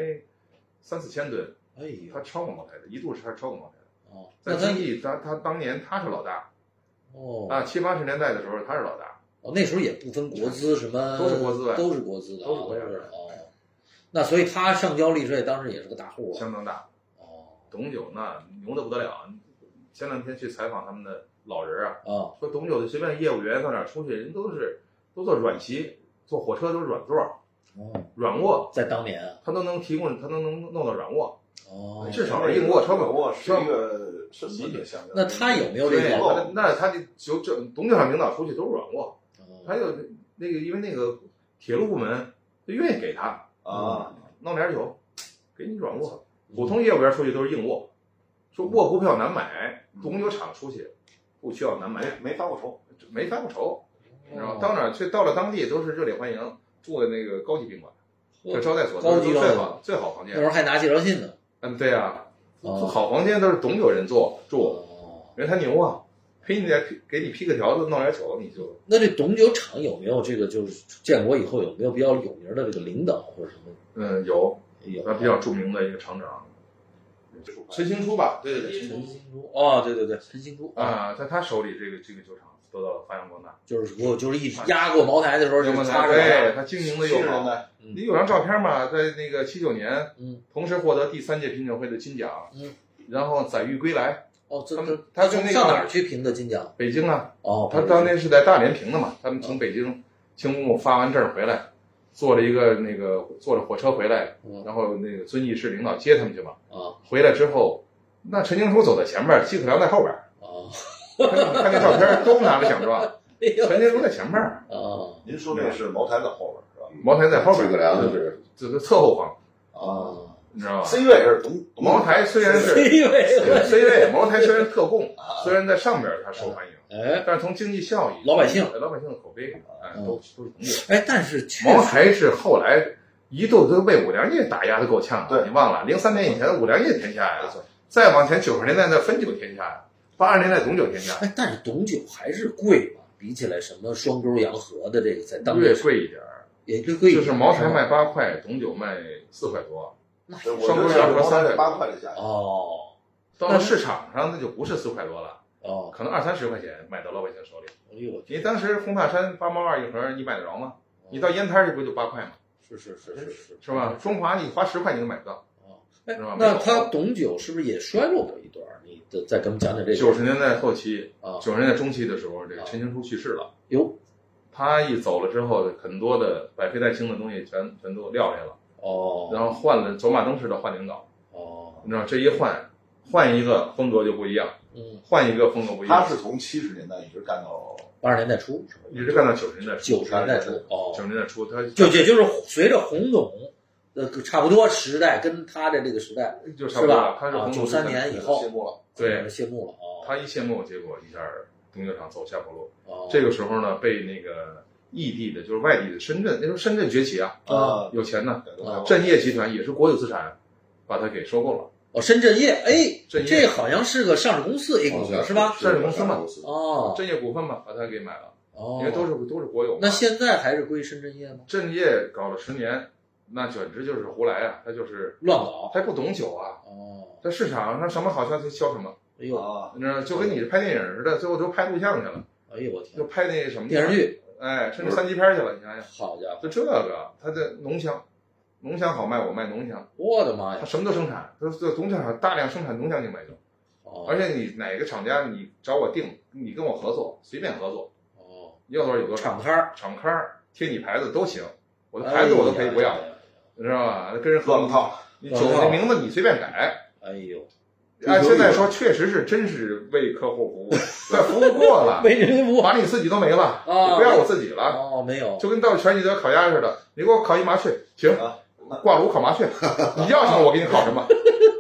Speaker 4: 三四千吨，
Speaker 1: 哎呦，
Speaker 4: 它超过茅台的，一度是它超过茅台的。
Speaker 1: 哦，
Speaker 4: 在
Speaker 1: 那他
Speaker 4: 遵义，他他当年他是老大
Speaker 1: 哦
Speaker 4: 啊，七八十年代的时候他是老大，
Speaker 1: 哦，那时候也不分国资什么，
Speaker 4: 都是国资啊
Speaker 1: 都是国资的啊，
Speaker 4: 都是国家的
Speaker 1: 哦。那所以他上交利税，当时也是个大户啊。
Speaker 4: 相当大。
Speaker 1: 哦，
Speaker 4: 董九那牛的不得了，前两天去采访他们的老人啊，
Speaker 1: 啊，
Speaker 4: 说董九的随便业务员到哪儿出去，人都是都坐软席，坐火车都是软座、
Speaker 1: 哦，
Speaker 4: 软卧，
Speaker 1: 在当年啊，
Speaker 4: 他都能提供，他都能弄到软卧。
Speaker 1: 哦，
Speaker 4: 至少是硬卧超
Speaker 2: 超
Speaker 4: 过
Speaker 2: 过是一个身体的象征。
Speaker 1: 那他有没有这
Speaker 4: 对，
Speaker 1: 个？
Speaker 4: 他那他的就这董九厂领导出去都是软卧，还
Speaker 1: 哦
Speaker 4: 有那个因为那个铁路部门就愿意给他
Speaker 2: 啊？
Speaker 4: 弄点儿酒，给你软卧。
Speaker 1: 嗯
Speaker 4: 普通业务员出去都是硬卧，说卧铺票难买，
Speaker 1: 嗯
Speaker 4: 红酒厂出去不需要难
Speaker 2: 没
Speaker 4: 买，
Speaker 2: 没发过愁，
Speaker 4: 没发过愁，你知道
Speaker 1: 哦
Speaker 4: 吗？到哪儿去到了当地都是热烈欢迎，住的那个高级宾馆，
Speaker 1: 呵
Speaker 4: 这招待所
Speaker 1: 高
Speaker 4: 都
Speaker 1: 级
Speaker 4: 是
Speaker 1: 招
Speaker 4: 最
Speaker 1: 待
Speaker 4: 好
Speaker 1: 所
Speaker 4: 最好房
Speaker 1: 那时候
Speaker 4: 间。
Speaker 1: 还拿介绍信呢。
Speaker 4: 嗯，对啊，
Speaker 1: 哦
Speaker 4: 好房间都是董有人坐住，
Speaker 1: 哦，
Speaker 4: 人还牛啊，陪你点给你批个条子，弄点酒你就
Speaker 1: 那这董酒厂有没有这个？就是建国以后有没有比较有名的这个领导或者什么？
Speaker 4: 嗯有，
Speaker 1: 有
Speaker 4: 那比较著名的一个厂长，陈兴初吧，对对对，
Speaker 1: 陈兴珠哦，对对对，陈兴珠啊，
Speaker 4: 啊，在他手里这个这个酒厂得到了发扬光大。
Speaker 1: 就是我就是一直
Speaker 4: 啊
Speaker 1: 压过茅台的时候，就是他
Speaker 4: 对，
Speaker 1: 是
Speaker 4: 他经营的
Speaker 2: 七
Speaker 4: 又
Speaker 2: 十年
Speaker 4: 好。
Speaker 2: 代
Speaker 1: 嗯
Speaker 4: 你有张照片嘛，在那个七九年，
Speaker 1: 嗯，
Speaker 4: 同时获得第三届品酒会的金奖，
Speaker 1: 嗯，
Speaker 4: 然后载誉归来，
Speaker 1: 哦，这
Speaker 4: 他
Speaker 1: 这
Speaker 4: 们他跟
Speaker 1: 从
Speaker 4: 那个
Speaker 1: 上哪儿去评的金奖？
Speaker 4: 北京啊，
Speaker 1: 哦，
Speaker 4: 他当年是在大连评的嘛，他们从北京清公路发完证回来，坐了一个那个坐着火车回来，
Speaker 1: 嗯
Speaker 4: 然后那个遵义市领导接他们去嘛，
Speaker 1: 啊
Speaker 4: 回来之后，那陈静初走在前面，季克良在后边，
Speaker 1: 啊，
Speaker 4: 看看那照片都拿了奖状，
Speaker 1: 哎呦
Speaker 4: 陈静初在前面，
Speaker 1: 啊
Speaker 2: 您说那是茅台的后边是吧？
Speaker 4: 茅台在后
Speaker 3: 诸葛
Speaker 4: 边，
Speaker 3: 亮就是
Speaker 4: 这个侧后方，
Speaker 1: 啊，
Speaker 4: 你知道吧？
Speaker 2: ，C 位是董董
Speaker 4: 茅台虽然是
Speaker 1: 哎呦喂，
Speaker 4: C 位，茅台虽然特供，虽然在上边儿它受欢迎，
Speaker 1: 哎
Speaker 4: 但是从经济效益、
Speaker 1: 老百姓
Speaker 4: 老百姓的口碑，哎，
Speaker 1: 嗯
Speaker 4: 都都是同意。
Speaker 1: 哎，但是确
Speaker 4: 茅
Speaker 1: 实
Speaker 4: 台是后来一度都被五粮液打压的够呛了，
Speaker 2: 对
Speaker 4: 你忘了？零三年以前五粮液天下呀，再往前九十年代的汾酒天下呀，八十年代董酒天下，
Speaker 1: 哎，但是董酒还是贵嘛，比起来什么双沟洋河的这个，在当
Speaker 4: 略
Speaker 1: 年
Speaker 4: 贵一点儿，
Speaker 1: 也就贵一
Speaker 4: 就
Speaker 1: 点，
Speaker 4: 是茅台卖八块，董酒卖四块多。
Speaker 1: 那
Speaker 2: 对，我
Speaker 4: 双
Speaker 2: 觉
Speaker 4: 规
Speaker 2: 得
Speaker 4: 要
Speaker 2: 是
Speaker 4: 和
Speaker 2: 茅
Speaker 4: 三
Speaker 2: 台
Speaker 4: 代
Speaker 2: 八块的价格，
Speaker 1: 哦
Speaker 4: 到了市场上，那就不是四块多了，
Speaker 1: 哦，
Speaker 4: 可能二三十块钱买到老百姓手里。
Speaker 1: 哎呦我
Speaker 4: 你
Speaker 1: 天，哦
Speaker 4: 当时红塔山八毛二一盒，你买得着吗？你到烟摊儿去不就八块吗？
Speaker 1: 是是是是是嗯
Speaker 4: 是吧？中华你花十块你都买不到。
Speaker 1: 哦，哎
Speaker 4: 是吧，没
Speaker 1: 那
Speaker 4: 有
Speaker 1: 他董九是不是也衰落过一段儿？你再再给我们讲讲这个
Speaker 4: 九十年代后期，
Speaker 1: 啊？
Speaker 4: 九十年代中期的时候，这个陈兴初去世了。
Speaker 1: 哟，
Speaker 4: 他一走了之后，很多的百废待兴的东西全全都撂下了，
Speaker 1: 哦
Speaker 4: 然后换了走马灯似的换领导，
Speaker 1: 哦，
Speaker 4: 你知道这一换，换一个风格就不一样，
Speaker 1: 嗯，
Speaker 4: 换一个风格不一
Speaker 2: 他
Speaker 4: 样。
Speaker 2: 是从七十年代一直干到
Speaker 1: 八十年代初是吧？
Speaker 4: 一直干到九十年代初，
Speaker 1: 九十年代初哦
Speaker 4: 嗯九，十年代初，他
Speaker 1: 就也就是随着洪总呃，差不多时代跟他的这个时代
Speaker 4: 就是
Speaker 1: 吧？
Speaker 4: 他是
Speaker 1: 啊，
Speaker 4: 红
Speaker 1: 九
Speaker 4: 牛
Speaker 1: 三
Speaker 4: 集团
Speaker 1: 年以后
Speaker 3: 谢幕了，
Speaker 4: 对
Speaker 1: 谢幕了啊。
Speaker 4: 他一谢幕，结果一下儿东酒厂走下坡路。
Speaker 1: 哦
Speaker 4: 这个时候呢，被那个异地的，就是外地的深圳，那时候深圳崛起啊，
Speaker 2: 啊，
Speaker 4: 有钱呢，
Speaker 1: 哦
Speaker 4: 振业集团也是国有资产，把它给收购了。
Speaker 1: 哦，深圳业，哎，
Speaker 4: 振业哦
Speaker 1: 这好像是个上市公司 A 股
Speaker 3: 好像
Speaker 1: 是吧？
Speaker 4: 上市公司嘛
Speaker 3: 公司
Speaker 1: 哦
Speaker 4: 振业股份嘛，把它给买了，
Speaker 1: 哦
Speaker 4: 因为，都是都是国有嘛。
Speaker 1: 那现在还是归深圳业吗？
Speaker 4: 振业搞了十年，那简直就是胡来啊！他就是
Speaker 1: 乱搞
Speaker 4: 他不懂酒啊，
Speaker 1: 哦，
Speaker 4: 在市场上什么好消息销什么，
Speaker 1: 哎呦，
Speaker 2: 啊，
Speaker 4: 你知道，就跟你拍电影似的，最后都拍录像去了，
Speaker 1: 哎呦我天
Speaker 4: 就，拍那什么
Speaker 1: 电视，剧，
Speaker 4: 哎，甚至三级片去了。你想想，
Speaker 1: 好家伙，
Speaker 4: 就这个，他的浓香，浓香好卖，我卖浓香。
Speaker 1: 我的妈
Speaker 4: 他
Speaker 1: 呀！
Speaker 4: 什么都生产，他这农场大量生产农产品白酒，
Speaker 1: 哦
Speaker 4: 而且你哪个厂家你找我定，你跟我合作，随便合作，
Speaker 1: 哦，
Speaker 4: 你要多少有多少，
Speaker 1: 敞开儿，
Speaker 4: 厂刊儿贴你牌子都行，我的牌子我都可以不
Speaker 1: 哎
Speaker 4: 要，你知道吧？跟人合
Speaker 2: 乱，套，
Speaker 4: 你酒的名字你随便改。
Speaker 1: 哎呦，
Speaker 4: 按现在说，确实是真是为客户服务，对，服务过了，
Speaker 1: 被人服
Speaker 4: 我把你自己都没了，
Speaker 1: 啊
Speaker 4: 不要我自己了，
Speaker 1: 哦，没有，
Speaker 4: 就跟到全聚德烤鸭似的，你给我烤一麻雀，行
Speaker 2: 啊，
Speaker 4: 挂炉烤麻 雀，你要什么我给你烤什么，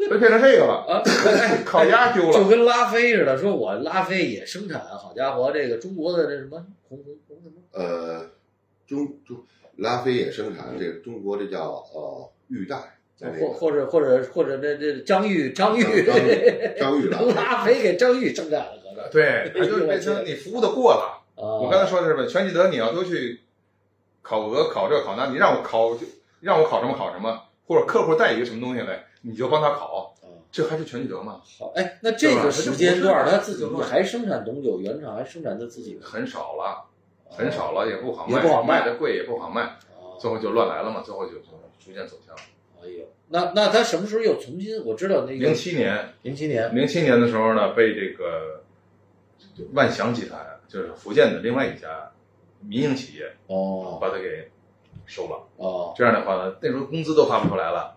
Speaker 4: 就变成这个了。
Speaker 1: 啊，
Speaker 4: 哎，烤鸭丢了
Speaker 1: 就。跟拉菲似的，说我拉菲也生产，好家伙，这个中国的这什么红红红什么
Speaker 3: 呃，中中拉菲也生产这个中国这叫呃玉带，在那
Speaker 1: 或或者
Speaker 3: 个
Speaker 1: 或者或者这这张玉哦张玉
Speaker 3: 张玉张玉拉菲
Speaker 1: 拉菲给张玉生产了，合着
Speaker 4: 对，它就是变成你服务的过了。我刚
Speaker 1: 啊，
Speaker 4: 才说的是吧？全聚德你要都去烤鹅、烤这、烤那，你让我烤，让我烤什么烤什么，或者客户带一个什么东西来，你就帮他烤
Speaker 1: 嗯，
Speaker 4: 这还是全聚德吗？
Speaker 1: 好，哎，那这个时间段
Speaker 4: 对吧
Speaker 1: 他自己
Speaker 4: 这不是
Speaker 1: 还生产董酒，原厂还生产他自己的，哦
Speaker 4: 很少了，很少了，也不好卖，
Speaker 1: 也不好卖哦
Speaker 4: 卖的贵，也不好卖，
Speaker 1: 啊，
Speaker 4: 最后就乱来了嘛，最后就逐渐走向
Speaker 1: 哎呦，那那他什么时候又重新？我知道那
Speaker 4: 零
Speaker 1: 个
Speaker 4: 七年，
Speaker 1: 零七年，
Speaker 4: 零七年的时候呢，被这个万祥集团，就是福建的另外一家民营企业，
Speaker 1: 哦
Speaker 4: 把它给收了。
Speaker 1: 哦
Speaker 4: 这样的话呢，那时候工资都发不出来了，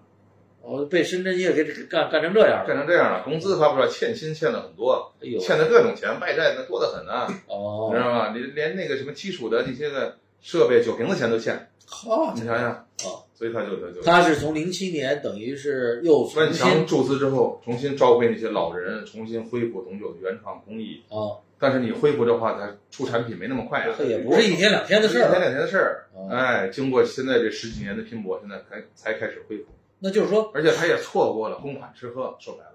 Speaker 1: 哦，被深圳业给干干成这样了，
Speaker 4: 干成这样了，工资发不出来，欠薪欠的很多，
Speaker 1: 哎呦，
Speaker 4: 欠的各种钱，外债那多得很啊，
Speaker 1: 哦
Speaker 4: 你知，道吗？你连那个什么基础的这些个设备、酒瓶子钱都欠，
Speaker 1: 好
Speaker 4: 你想想
Speaker 1: 哦，
Speaker 4: 所以他就他就
Speaker 1: 他是从零七年等于是又重
Speaker 4: 万
Speaker 1: 新
Speaker 4: 强注资之后，重新召回那些老人，重新恢复董酒的原创工艺。
Speaker 1: 啊，
Speaker 4: 但是你恢复的话，它出产品没那么快啊，
Speaker 1: 这也不是一天两天的事
Speaker 4: 一天
Speaker 1: 儿，
Speaker 4: 两天的事儿。
Speaker 1: 啊，
Speaker 4: 哎，经过现在这十几年的拼搏，现在才才开始恢复，
Speaker 1: 那就是说
Speaker 4: 而且他也错过了公款吃喝，说白了，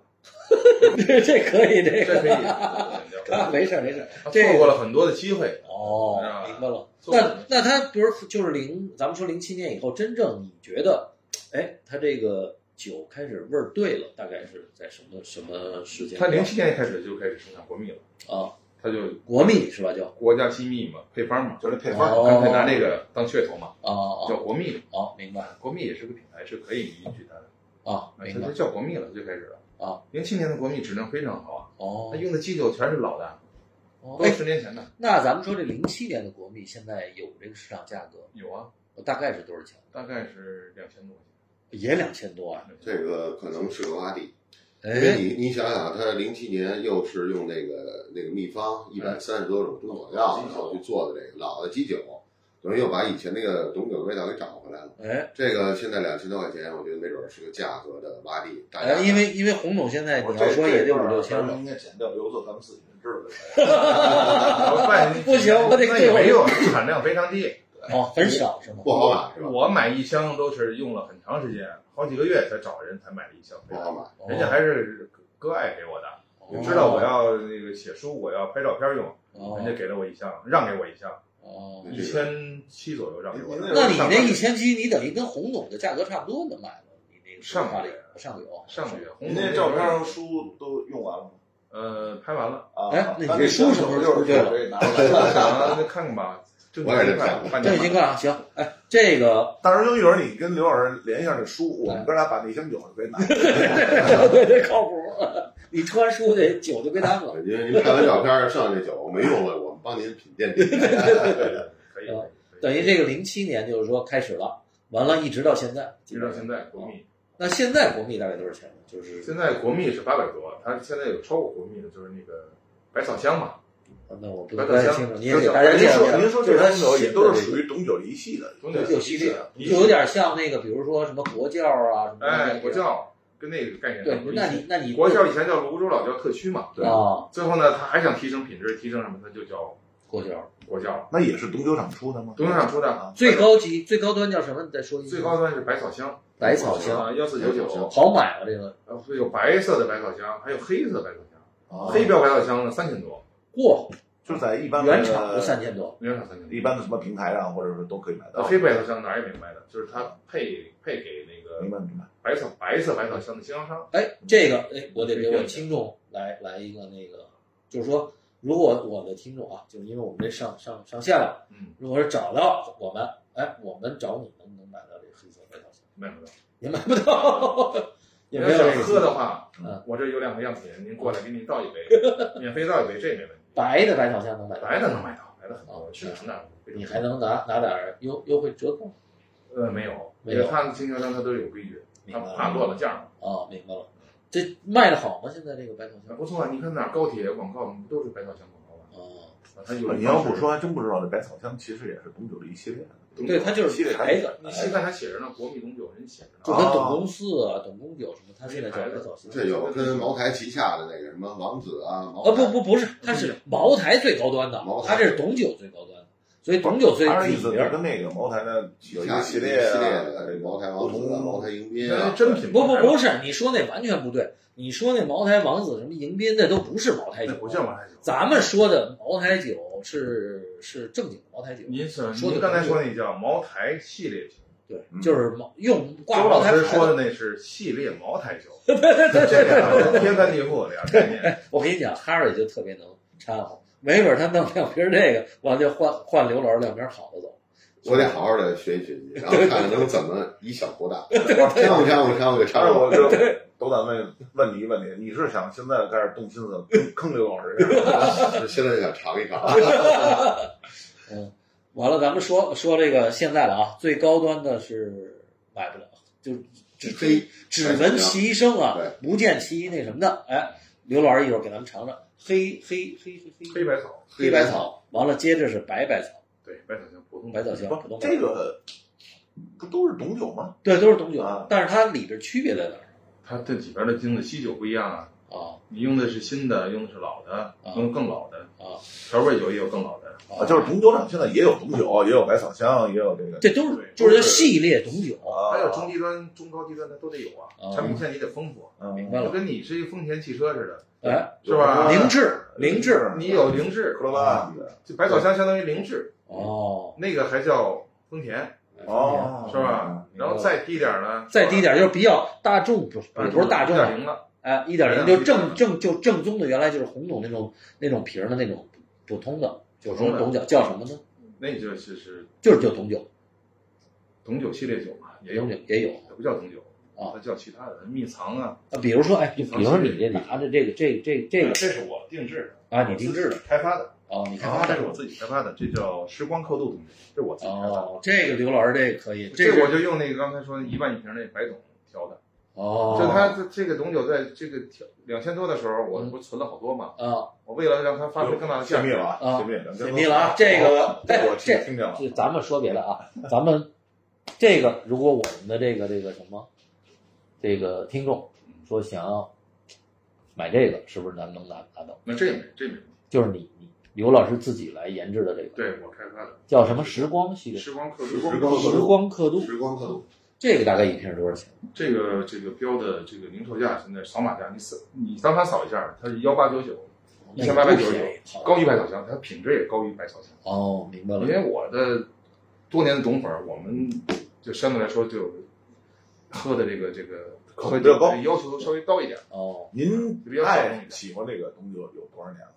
Speaker 1: 这这可以这
Speaker 4: 这
Speaker 1: 个
Speaker 4: 可以对对
Speaker 1: 啊，没事儿没事儿，
Speaker 4: 他
Speaker 1: 这个
Speaker 4: 错过了很多的机会。
Speaker 1: 哦
Speaker 4: 是吧，
Speaker 1: 明白了。
Speaker 4: 错过
Speaker 1: 那
Speaker 4: 了
Speaker 1: 那他比如就是零，咱们说零七年以后，真正你觉得，哎，他这个酒开始味儿对了，大概是在什么什么时间
Speaker 4: 他
Speaker 1: 段？
Speaker 4: 零七年开始就开始生产国蜜了，
Speaker 1: 啊，
Speaker 4: 他就
Speaker 1: 国蜜是吧？叫
Speaker 4: 国家机密嘛，配方嘛，
Speaker 2: 就是配方，
Speaker 1: 哦，
Speaker 4: 干脆拿这个当噱头嘛，
Speaker 1: 哦哦
Speaker 4: 叫国蜜。
Speaker 1: 哦，明白
Speaker 4: 国蜜也是个品牌，是可以允许它的，
Speaker 1: 啊，
Speaker 4: 哎
Speaker 1: 明
Speaker 4: 它
Speaker 1: 白
Speaker 4: 就叫国蜜了，就开始了。
Speaker 1: 啊，
Speaker 4: 零七年的国蜜质量非常好啊，
Speaker 1: 哦
Speaker 4: 它。用的基酒全是老的，
Speaker 1: 哦
Speaker 4: 都
Speaker 1: 哎
Speaker 4: 是，十年前的。
Speaker 1: 那咱们说这零七年的国蜜现在有这个市场价格，
Speaker 4: 有啊，
Speaker 1: 大概是多少钱？
Speaker 4: 大概是两千多块钱。
Speaker 1: 也两千多啊！
Speaker 3: 这个可能是个洼地，因为
Speaker 1: 哎，
Speaker 3: 你你想想，他零七年又是用那个那个秘方一百三十多种中草药，
Speaker 1: 哎
Speaker 3: 然后去做的这个老的基酒，等于又把以前那个董酒的味道给找回来了。
Speaker 1: 哎，
Speaker 3: 这个现在两千多块钱，我觉得没准是个价格的洼地。大家
Speaker 1: 哎因为因为红总现在
Speaker 2: 我
Speaker 1: 你要
Speaker 2: 这
Speaker 1: 说也
Speaker 2: 这
Speaker 1: 就五六千了，
Speaker 2: 应该减掉，留作咱们自己人知道就行。
Speaker 4: 我办
Speaker 1: 不行我得
Speaker 4: 那
Speaker 1: 给
Speaker 4: 也
Speaker 1: 我
Speaker 4: 没用，产量非常 低。
Speaker 1: 哦，很少是吗？
Speaker 3: 不好买是吧？
Speaker 4: 我买一箱都是用了很长时间，好几个月才找人才买了一箱
Speaker 3: 不好买。
Speaker 4: 人家还是割爱给我的。
Speaker 1: 哦
Speaker 4: 知道我要那个写书，我要拍照片用，人家
Speaker 1: 哦
Speaker 4: 给了我一箱，让给我一箱，
Speaker 1: 哦
Speaker 3: 嗯
Speaker 4: 一千七左右让给我
Speaker 2: 那
Speaker 4: 的。
Speaker 1: 那你那一千七，你等于跟红总的价格差不多能买了，你那个
Speaker 4: 上
Speaker 1: 个
Speaker 4: 个
Speaker 1: 月
Speaker 4: 月
Speaker 1: 上个月哦
Speaker 4: 上个月，红
Speaker 2: 您
Speaker 4: 总
Speaker 2: 那照片和书都用完了吗？
Speaker 4: 呃拍完 了，
Speaker 2: 啊，
Speaker 1: 哎那你
Speaker 2: 啊
Speaker 1: 这书
Speaker 2: 箱
Speaker 1: 什么时候
Speaker 2: 就是
Speaker 1: 出对了
Speaker 2: 可以拿出来了。
Speaker 4: 啊那看看吧，正
Speaker 3: 我也在
Speaker 4: 看，半
Speaker 1: 这
Speaker 4: 年
Speaker 1: 已经
Speaker 4: 吧。
Speaker 1: 干了，行，哎，这个
Speaker 2: 到时候一会儿你跟刘老师连一下这书，我
Speaker 1: 哎
Speaker 2: 们哥俩把那箱酒就可以拿。
Speaker 1: 对对靠谱，你出完书这酒就归他们了。
Speaker 3: 因为您看完照片，剩下这酒没用了，我们帮您品鉴品鉴。
Speaker 4: 可以，
Speaker 1: 嗯
Speaker 4: 可以
Speaker 1: 等于这个零七年就是说开始了，完了，一直到现在，
Speaker 4: 一直到现在，国蜜
Speaker 1: 那现在国蜜大概多少钱呢？就是
Speaker 4: 现在国蜜是八百多，它现在有超过国蜜的，就是那个百草香嘛，
Speaker 1: 啊那我不
Speaker 4: 白
Speaker 1: 太
Speaker 4: 酒
Speaker 1: 清
Speaker 4: 香
Speaker 1: 楚，你也
Speaker 2: 您
Speaker 1: 给大家介绍一
Speaker 2: 说
Speaker 1: 下
Speaker 2: 您。说这三酒也都是
Speaker 1: 新
Speaker 2: 属于董酒一系的，
Speaker 4: 懂
Speaker 1: 的
Speaker 4: 点
Speaker 1: 这个系列，就有点像那个，比如说什么国教啊，什么
Speaker 4: 哎，
Speaker 1: 的
Speaker 4: 国教跟那个概念
Speaker 1: 对
Speaker 4: 差不，多
Speaker 1: 那你那你
Speaker 4: 国教以前叫泸州老窖特区嘛，
Speaker 2: 对
Speaker 1: 啊，
Speaker 4: 最后呢，他还想提升品质，提升什么？他就叫
Speaker 1: 国教
Speaker 4: 国窖了。
Speaker 2: 那也是董酒厂出的吗？
Speaker 4: 董酒厂出的
Speaker 2: 啊，
Speaker 1: 最高级最高端叫什么？你再说一
Speaker 4: 最
Speaker 1: 遍。
Speaker 4: 高端是百草香，
Speaker 1: 百草香，哦
Speaker 4: 啊，幺四九九，
Speaker 1: 好买吗？这个
Speaker 4: 呃，会有白色的百草香，还有黑色的百草香，
Speaker 2: 啊
Speaker 4: 黑标百草香呢三千多，
Speaker 1: 嚯，
Speaker 2: 就在一般的
Speaker 1: 原厂就三千多，
Speaker 4: 原厂三千多。
Speaker 1: 哦
Speaker 2: 一般的什么平台上或者是都可以买
Speaker 4: 呃
Speaker 2: 到。
Speaker 4: 黑百草香哪儿也没卖的，就是它配配给那
Speaker 2: 明
Speaker 4: 个
Speaker 2: 白明白。
Speaker 4: 白草白色百草香的经销商。
Speaker 1: 哎，这个哎，我得给我听众来来一个那个，就是说，如果我的听众啊，就是因为我们这上上上线了，
Speaker 4: 嗯，
Speaker 1: 如果是找到我们，哎，我们找你能不能买到这个黑色百草香？
Speaker 4: 卖不到。
Speaker 1: 也买不到，也
Speaker 4: 您
Speaker 1: 没
Speaker 4: 要
Speaker 1: 有这
Speaker 4: 想
Speaker 1: 个
Speaker 4: 喝的话
Speaker 1: 嗯，
Speaker 4: 我这有两个样品，您过来给您倒一 杯，免费倒一杯，这没问题。
Speaker 1: 白的百草香能买到，
Speaker 4: 白的能买到，白的很
Speaker 1: 哦
Speaker 4: 多，去
Speaker 1: 是
Speaker 4: 那儿
Speaker 1: 你还能拿拿点儿优优惠折扣？
Speaker 4: 呃没有，
Speaker 1: 没有
Speaker 4: 他经销商他都有规矩，
Speaker 1: 明
Speaker 4: 他
Speaker 1: 白
Speaker 4: 怕落了价儿嘛。
Speaker 1: 哦，明白了。这卖的好吗？现在这个百草
Speaker 4: 那
Speaker 1: 香？
Speaker 4: 不错啊，你看哪儿高铁广告不都是百草香广告吗？
Speaker 1: 哦，
Speaker 4: 啊它有
Speaker 2: 你要不说还真不知道，这百草香其实也是董酒的一系列的。
Speaker 1: 对，它就是牌子，
Speaker 4: 你细看它写着呢，国米红酒人写着
Speaker 1: 就
Speaker 4: 呢。
Speaker 1: 跟董公四啊、董公酒什么，它现在叫百草香。
Speaker 3: 这有跟茅台旗下的那个什么王子啊，茅
Speaker 1: 啊，不
Speaker 3: 台
Speaker 1: 不不是，它是茅台最高端的
Speaker 3: 茅，台
Speaker 1: 它这是董酒最高端的，所以董酒最
Speaker 2: 他的
Speaker 1: 最
Speaker 2: 意
Speaker 1: 里
Speaker 2: 思就
Speaker 1: 边儿。
Speaker 2: 跟那个茅台的有一个系
Speaker 3: 系
Speaker 2: 列
Speaker 3: 系列
Speaker 2: 啊
Speaker 3: 的茅台
Speaker 2: 不
Speaker 3: 王子啊，
Speaker 2: 同
Speaker 3: 茅台迎宾
Speaker 4: 那
Speaker 3: 啊
Speaker 4: 是，呃真品牌
Speaker 1: 不不不是，你说那完全不对。你说那茅台王子什么迎宾，那都不是茅
Speaker 2: 哎
Speaker 1: 台酒
Speaker 4: 那。不叫茅台酒。
Speaker 1: 咱们说的茅台酒是是正经的茅台酒，
Speaker 4: 您是
Speaker 1: 说的
Speaker 4: 您刚才说那叫茅台系列酒，
Speaker 1: 对，
Speaker 2: 嗯
Speaker 1: 就是茅用挂
Speaker 4: 周
Speaker 1: 茅
Speaker 4: 老
Speaker 1: 台
Speaker 4: 师
Speaker 1: 牌
Speaker 4: 说
Speaker 1: 子。
Speaker 4: 的那是系列茅台酒，这两个天翻地覆俩概 念。
Speaker 1: 我跟你讲，哈瑞就特别能掺和，没准他弄两瓶这个，完了就换换刘老师两瓶好的走。
Speaker 3: 我得好好的学习学习，然后看看能怎么以小 博大。看我看我看我给
Speaker 2: 但
Speaker 3: 插
Speaker 2: 是
Speaker 3: 入
Speaker 2: 我就都咱们问你一个问题，你是想现在开始动心思坑刘老师这样？
Speaker 3: 我，现在就想尝一尝。
Speaker 1: 完了，咱们说说这个现在了啊，最高端的是买不了，就只
Speaker 3: 黑
Speaker 1: 只闻其声啊
Speaker 3: 对，
Speaker 1: 不见其那什么的。哎，刘老师一会儿给咱们尝尝黑黑黑黑
Speaker 4: 黑白草，
Speaker 1: 黑百草，完了接着是白百草，
Speaker 4: 对，百草香普通
Speaker 1: 百草香普
Speaker 2: 不
Speaker 1: 通，百草
Speaker 2: 这个不都是董酒吗？
Speaker 1: 对都是董酒
Speaker 2: 啊，
Speaker 1: 但是它里边区别在哪儿
Speaker 4: 它这里边的用的基酒不一样啊，
Speaker 1: 啊？
Speaker 4: 你用的是新的，用的是老的，用的更老的
Speaker 1: 啊，
Speaker 4: 调味酒也有更老的。
Speaker 2: 啊，就是董酒厂现在也有董酒，也有百草香，也有这个
Speaker 1: 这都是
Speaker 4: 对
Speaker 1: 就是系列董酒，
Speaker 2: 啊
Speaker 4: 还有中低端、中高低端，它都得有啊
Speaker 1: 啊。
Speaker 4: 产品线你得丰富，
Speaker 2: 嗯
Speaker 1: 明白
Speaker 4: 就跟你是一个丰田汽车似的，
Speaker 1: 哎，
Speaker 4: 是吧？
Speaker 1: 凌志凌志
Speaker 4: 你有凌志，
Speaker 2: 克罗
Speaker 1: 啊
Speaker 2: 拉
Speaker 4: 就百草香相当于凌志，
Speaker 1: 哦，
Speaker 4: 那个还叫丰田，
Speaker 1: 啊
Speaker 2: 哦，
Speaker 4: 是吧？然后再低点儿呢，
Speaker 1: 哎再低点儿就是比较大众，不是
Speaker 4: 啊，
Speaker 1: 不是大众
Speaker 4: 一，点零了，
Speaker 1: 哎，一点零就
Speaker 4: 啊
Speaker 1: 正正就正宗的，原来就是红董那种那种瓶儿的那种普通的，就是说董酒叫什么呢？
Speaker 4: 那就是是
Speaker 1: 就是就董酒，
Speaker 4: 董酒系列酒嘛，也有
Speaker 1: 董，酒也有。
Speaker 4: 它不叫董酒
Speaker 1: 啊，
Speaker 4: 它叫其他的蜜藏啊。
Speaker 1: 啊，比如说，哎，就比如说你这拿着这个这这这
Speaker 4: 这
Speaker 1: 个
Speaker 4: 这是我定制的
Speaker 1: 啊，你定制的
Speaker 4: 开发的，
Speaker 1: 哦，你看
Speaker 4: 啊，
Speaker 1: 这
Speaker 4: 这是我自己开发的，这叫时光刻度董酒，这是我自己开发的。
Speaker 1: 哦，这个刘老师这个可以，
Speaker 4: 这我
Speaker 1: 是
Speaker 4: 就用那个刚才说一万一瓶那白董调的，
Speaker 1: 哦，
Speaker 4: 就它这这个董酒在这个调两千多的时候，我不是存了好多嘛，
Speaker 1: 啊，
Speaker 4: 我为了让它发挥更大的
Speaker 2: 泄
Speaker 4: 价
Speaker 2: 密
Speaker 4: 值，
Speaker 2: 了啊，泄密了，哦
Speaker 1: 解密了啊，这个哎
Speaker 2: 这我
Speaker 1: 这
Speaker 2: 听见了
Speaker 1: 这咱们说别的啊，咱们这个如果我们的这个这个什么，这个听众说想要买这个，是不是咱们能拿拿到？
Speaker 4: 那这也没这也没问题，
Speaker 1: 就是你你刘老师自己来研制的这个，
Speaker 4: 对我开发的
Speaker 1: 叫什么时光系列，
Speaker 4: 时光刻
Speaker 3: 时
Speaker 4: 度
Speaker 3: 光。刻
Speaker 1: 时
Speaker 3: 度，
Speaker 1: 光嗯刻度，
Speaker 3: 时光刻度，
Speaker 1: 这个大概一瓶是多少钱？
Speaker 4: 这个这个标的这个零售价现在扫码价，你扫你当场扫一下，它是幺八九九，一千八百九
Speaker 1: 那不
Speaker 4: 十九
Speaker 1: 便宜，好
Speaker 4: 高于百草香，它品质也高于百草香。
Speaker 1: 哦，明白
Speaker 4: 因
Speaker 1: 了，
Speaker 4: 为我的多年的董粉儿，我们就相对来说就喝的这个这个
Speaker 2: 口
Speaker 4: 喝
Speaker 2: 比较
Speaker 4: 酒
Speaker 2: 高
Speaker 4: 的要求稍微高一点，
Speaker 1: 哦，
Speaker 2: 您
Speaker 4: 比较小众
Speaker 2: 爱
Speaker 4: 一点，
Speaker 2: 喜欢这个东西有多少年了？